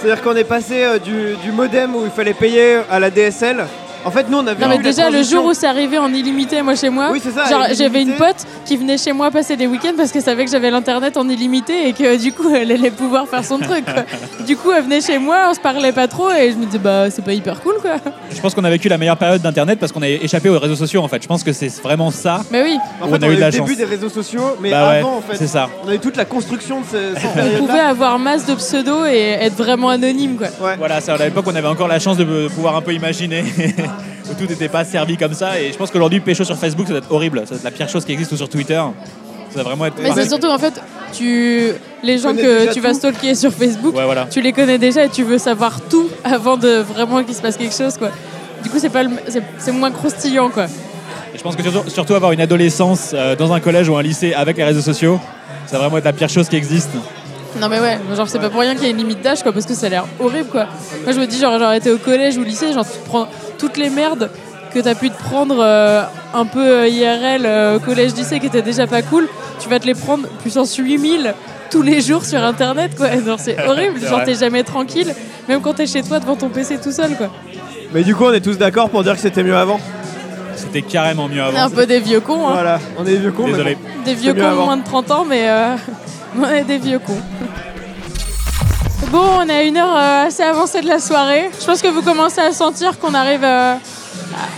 [SPEAKER 1] C'est-à-dire qu'on est passé euh, du, du modem où il fallait payer à la DSL. En fait, nous, on avait
[SPEAKER 5] Non mais déjà le jour où c'est arrivé en illimité moi chez moi,
[SPEAKER 1] Oui, c'est ça,
[SPEAKER 5] genre
[SPEAKER 1] illimité.
[SPEAKER 5] j'avais une pote qui venait chez moi passer des week-ends parce qu'elle savait que j'avais l'internet en illimité et que du coup elle allait pouvoir faire son truc. quoi. Du coup elle venait chez moi, on se parlait pas trop et je me disais bah c'est pas hyper cool quoi.
[SPEAKER 9] Je pense qu'on a vécu la meilleure période d'Internet parce qu'on a échappé aux réseaux sociaux en fait. Je pense que c'est vraiment ça.
[SPEAKER 5] Mais oui,
[SPEAKER 1] En
[SPEAKER 9] on
[SPEAKER 1] fait,
[SPEAKER 9] a eu de
[SPEAKER 1] le
[SPEAKER 9] la
[SPEAKER 1] début
[SPEAKER 9] chance.
[SPEAKER 1] des réseaux sociaux, mais
[SPEAKER 9] Bah ouais,
[SPEAKER 1] avant, en
[SPEAKER 9] c'est
[SPEAKER 1] fait.
[SPEAKER 9] ça.
[SPEAKER 1] On a eu toute la construction de ce- cette
[SPEAKER 5] on
[SPEAKER 1] période-là.
[SPEAKER 5] pouvait avoir masse de pseudos et être vraiment anonyme quoi.
[SPEAKER 9] Voilà, ça, à l'époque, on avait encore la chance de de pouvoir un peu imaginer. où tout n'était pas servi comme ça. Et je pense qu'aujourd'hui, pécho sur Facebook, ça doit être horrible. Ça doit être la pire chose qui existe ou sur Twitter. Ça doit vraiment être.
[SPEAKER 5] Mais c'est
[SPEAKER 9] horrible.
[SPEAKER 5] surtout en fait tu les gens
[SPEAKER 1] connais
[SPEAKER 5] que
[SPEAKER 1] déjà
[SPEAKER 5] tu vas
[SPEAKER 1] tout.
[SPEAKER 5] stalker sur Facebook,
[SPEAKER 9] Ouais, voilà.
[SPEAKER 5] tu les connais déjà et tu veux savoir tout avant de vraiment qu'il se passe quelque chose quoi. Du coup c'est pas le- c'est- c'est moins croustillant quoi.
[SPEAKER 9] Et je pense que surtout, surtout avoir une adolescence euh, dans un collège ou un lycée avec les réseaux sociaux, ça va vraiment être la pire chose qui existe.
[SPEAKER 5] Non mais ouais, genre c'est pas pour rien qu'il y a une limite d'âge quoi, parce que ça a l'air horrible quoi. Moi je me dis genre j'aurais été au collège ou au lycée, genre tu te prends toutes les merdes que t'as pu te prendre euh, un peu euh, IRL euh, au collège lycée qui étaient déjà pas cool, tu vas te les prendre puissance 8000 tous les jours sur internet quoi. Genre c'est horrible,
[SPEAKER 9] C'est
[SPEAKER 5] genre
[SPEAKER 9] vrai.
[SPEAKER 5] t'es jamais tranquille, même quand t'es chez toi devant ton PC tout seul quoi.
[SPEAKER 1] Mais du coup, on est tous d'accord pour dire que c'était mieux avant.
[SPEAKER 9] C'était carrément mieux avant.
[SPEAKER 5] un peu des vieux cons, hein.
[SPEAKER 1] Voilà, on est des vieux cons. mais
[SPEAKER 9] Désolé.
[SPEAKER 1] bon.
[SPEAKER 5] Des vieux
[SPEAKER 1] mieux
[SPEAKER 5] cons de
[SPEAKER 1] avant.
[SPEAKER 5] moins de 30 ans, mais euh, on est des vieux cons. Bon, on a une heure euh, assez avancée de la soirée. Je pense que vous commencez à sentir qu'on arrive euh,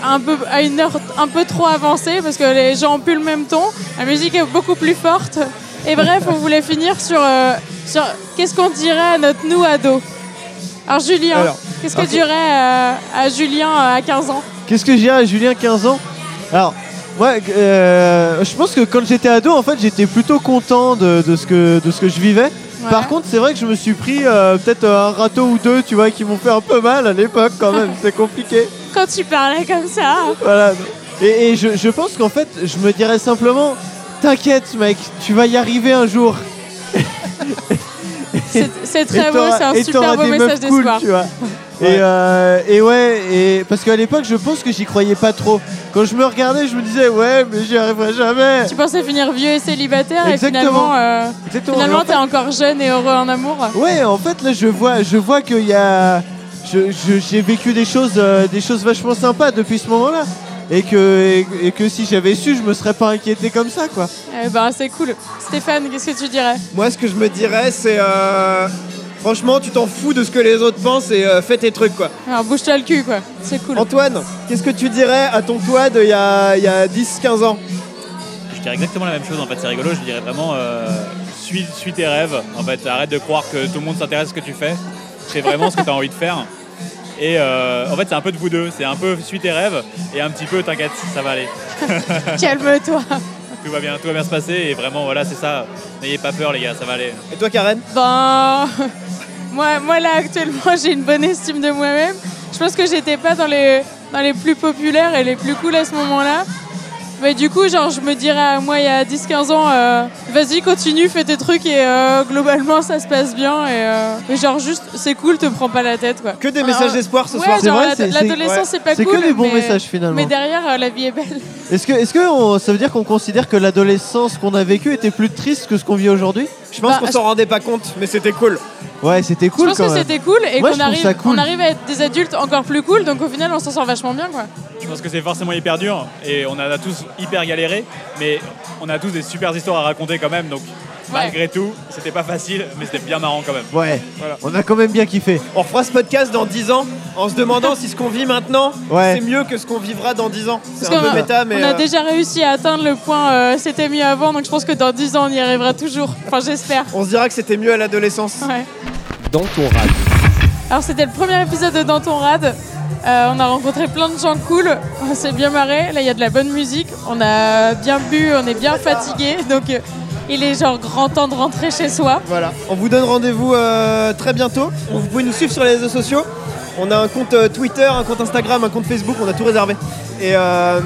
[SPEAKER 5] à, un peu, à une heure un peu trop avancée parce que les gens ont plus le même ton. La musique est beaucoup plus forte. Et bref, on voulait finir sur, euh, sur qu'est-ce qu'on dirait à notre nous ado. Alors Julien,
[SPEAKER 1] Alors,
[SPEAKER 5] Qu'est-ce que tu dirais euh, à Julien euh, à 15 ans
[SPEAKER 6] Qu'est-ce que j'ai à Julien 15 ans Alors, moi, euh, je pense que quand j'étais ado, en fait, j'étais plutôt content de, de ce que, de ce que je vivais.
[SPEAKER 5] Ouais.
[SPEAKER 6] Par contre, c'est vrai que je me suis pris euh, peut-être un râteau ou deux, tu vois, qui m'ont fait un peu mal à l'époque quand même. C'était compliqué.
[SPEAKER 5] Quand tu parlais comme ça,
[SPEAKER 6] Voilà. Et, et je, je pense qu'en fait, je me dirais simplement, t'inquiète, mec, tu vas y arriver un jour.
[SPEAKER 5] c'est c'est très
[SPEAKER 6] Et
[SPEAKER 5] beau,
[SPEAKER 6] t'auras-
[SPEAKER 5] c'est un
[SPEAKER 6] et
[SPEAKER 5] super
[SPEAKER 6] t'auras
[SPEAKER 5] beau
[SPEAKER 6] des
[SPEAKER 5] message
[SPEAKER 6] meufs cool,
[SPEAKER 5] d'espoir.
[SPEAKER 6] tu vois. Et, euh, et ouais, et parce qu'à l'époque, je pense que j'y croyais pas trop. Quand je me regardais, je me disais, ouais, mais j'y arriverai jamais.
[SPEAKER 5] Tu pensais finir vieux et célibataire
[SPEAKER 6] Exactement.
[SPEAKER 5] et finalement, euh,
[SPEAKER 6] Exactement.
[SPEAKER 5] finalement
[SPEAKER 6] Et en
[SPEAKER 5] t'es encore jeune et heureux en amour.
[SPEAKER 6] fait- ouais, en fait, là, je vois, je vois qu'il y a, je- je- j'ai vécu des choses, euh, des choses vachement sympas depuis ce moment-là. Et que, et, et que si j'avais su, je me serais pas inquiété comme ça, quoi.
[SPEAKER 5] Eh ben, c'est cool. Stéphane, qu'est-ce que tu dirais
[SPEAKER 1] Moi, ce que je me dirais, c'est. euh, Franchement, tu t'en fous de ce que les autres pensent et euh, fais tes trucs, quoi.
[SPEAKER 5] Alors Ah, bouge-toi le cul, quoi. C'est cool.
[SPEAKER 1] Antoine, qu'est-ce que tu dirais à ton toi d'il y a, il y a 10-15 ans
[SPEAKER 9] Je dirais exactement la même chose en fait, c'est rigolo, je dirais vraiment euh, suis, suis tes rêves, en fait, arrête de croire que tout le monde s'intéresse à ce que tu fais, c'est vraiment ce que tu as envie de faire. Et euh, en fait c'est un peu de vous deux, c'est un peu suis tes rêves et un petit peu t'inquiète, ça va aller,
[SPEAKER 5] Calme-toi.
[SPEAKER 9] tout va bien, tout va bien se passer et vraiment voilà c'est ça, n'ayez pas peur les gars, ça va aller.
[SPEAKER 1] Et toi, Karen
[SPEAKER 5] Ben, moi, moi là actuellement, j'ai une bonne estime de moi-même. Je pense que j'étais pas dans les, dans les plus populaires et les plus cool à ce moment-là. Mais du coup, genre, je me dirais à moi il y a 10-15 ans, euh, vas-y, continue, fais tes trucs et euh, globalement, ça se passe bien. Et, euh, et genre, juste, c'est cool, te prends pas la tête, quoi.
[SPEAKER 1] Que des messages
[SPEAKER 5] Ah,
[SPEAKER 1] d'espoir ce
[SPEAKER 5] ouais,
[SPEAKER 1] soir.
[SPEAKER 6] c'est
[SPEAKER 5] genre,
[SPEAKER 6] vrai,
[SPEAKER 5] l'ado-
[SPEAKER 6] c'est- c'est-
[SPEAKER 5] l'adolescence, c'est pas
[SPEAKER 6] C'est
[SPEAKER 5] cool.
[SPEAKER 6] que des bons
[SPEAKER 5] mais-
[SPEAKER 6] messages finalement.
[SPEAKER 5] Mais derrière, euh, la vie est belle.
[SPEAKER 6] Est-ce que, est-ce que on- ça veut dire qu'on considère que l'adolescence qu'on a vécue était plus triste que ce qu'on vit aujourd'hui
[SPEAKER 1] Je pense
[SPEAKER 5] Bah,
[SPEAKER 1] qu'on s'en rendait pas compte, mais c'était cool.
[SPEAKER 6] Ouais, c'était cool
[SPEAKER 5] je pense
[SPEAKER 6] quand
[SPEAKER 5] que
[SPEAKER 6] même.
[SPEAKER 5] c'était cool et
[SPEAKER 6] Moi,
[SPEAKER 5] qu'on
[SPEAKER 6] je trouve
[SPEAKER 5] arrive,
[SPEAKER 6] ça cool.
[SPEAKER 5] on arrive à être des adultes encore plus cool. Donc au final, on s'en sort vachement bien, quoi.
[SPEAKER 9] Je pense que c'est forcément hyper dur et on en a tous hyper galéré, mais on a tous des super histoires à raconter quand même, donc malgré tout c'était pas facile mais c'était bien marrant quand même.
[SPEAKER 6] Ouais,
[SPEAKER 9] Voilà.
[SPEAKER 6] on a quand même bien kiffé.
[SPEAKER 1] On refera ce podcast dans 10 ans en se demandant si ce qu'on vit maintenant,
[SPEAKER 6] Ouais.
[SPEAKER 1] c'est mieux que ce qu'on vivra dans 10 ans. C'est
[SPEAKER 5] Parce
[SPEAKER 1] un
[SPEAKER 5] qu'on
[SPEAKER 1] peu
[SPEAKER 5] a-
[SPEAKER 1] méta, mais.
[SPEAKER 5] On a
[SPEAKER 1] euh,
[SPEAKER 5] déjà réussi à atteindre le point euh, c'était mieux avant, donc je pense que dans 10 ans on y arrivera toujours. Enfin, j'espère.
[SPEAKER 1] On se dira que c'était mieux à l'adolescence.
[SPEAKER 5] Ouais.
[SPEAKER 2] Dans ton rad.
[SPEAKER 5] Alors, c'était le premier épisode de Dans ton rad. Euh, on a rencontré plein de gens cool, on s'est bien marré. Là, il y a de la bonne musique, on a bien bu, on est bien fatigué, donc euh, il est genre grand temps de rentrer chez soi.
[SPEAKER 1] Voilà. On vous donne rendez-vous euh, très bientôt. Vous pouvez nous suivre sur les réseaux sociaux. On a un compte euh, Twitter, un compte Instagram, un compte Facebook, on a tout réservé. Et euh,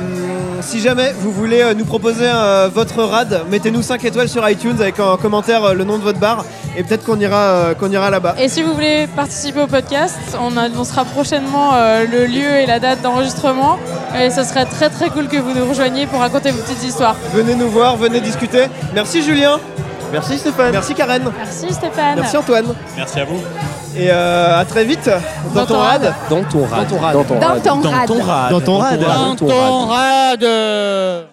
[SPEAKER 1] si jamais vous voulez euh, nous proposer euh, votre rad, mettez-nous 5 étoiles sur iTunes avec en commentaire euh, le nom de votre bar et peut-être qu'on ira, euh, qu'on ira là-bas.
[SPEAKER 5] Et si vous voulez participer au podcast, on annoncera prochainement euh, le lieu et la date d'enregistrement. Et ce serait très très cool que vous nous rejoigniez pour raconter vos petites histoires.
[SPEAKER 1] Venez nous voir, venez discuter. Merci Julien,
[SPEAKER 6] Merci Stéphane.
[SPEAKER 1] merci Karen,
[SPEAKER 5] Merci Stéphane.
[SPEAKER 1] merci Antoine.
[SPEAKER 9] Merci à vous.
[SPEAKER 1] Et euh, à très vite dans, ton rad.
[SPEAKER 2] Dans ton rad.
[SPEAKER 1] Dans ton rad.
[SPEAKER 2] Dans ton
[SPEAKER 7] Dans
[SPEAKER 2] rad.
[SPEAKER 7] ton rad.
[SPEAKER 6] Dans ton rad.
[SPEAKER 2] Dans ton rad.
[SPEAKER 10] rad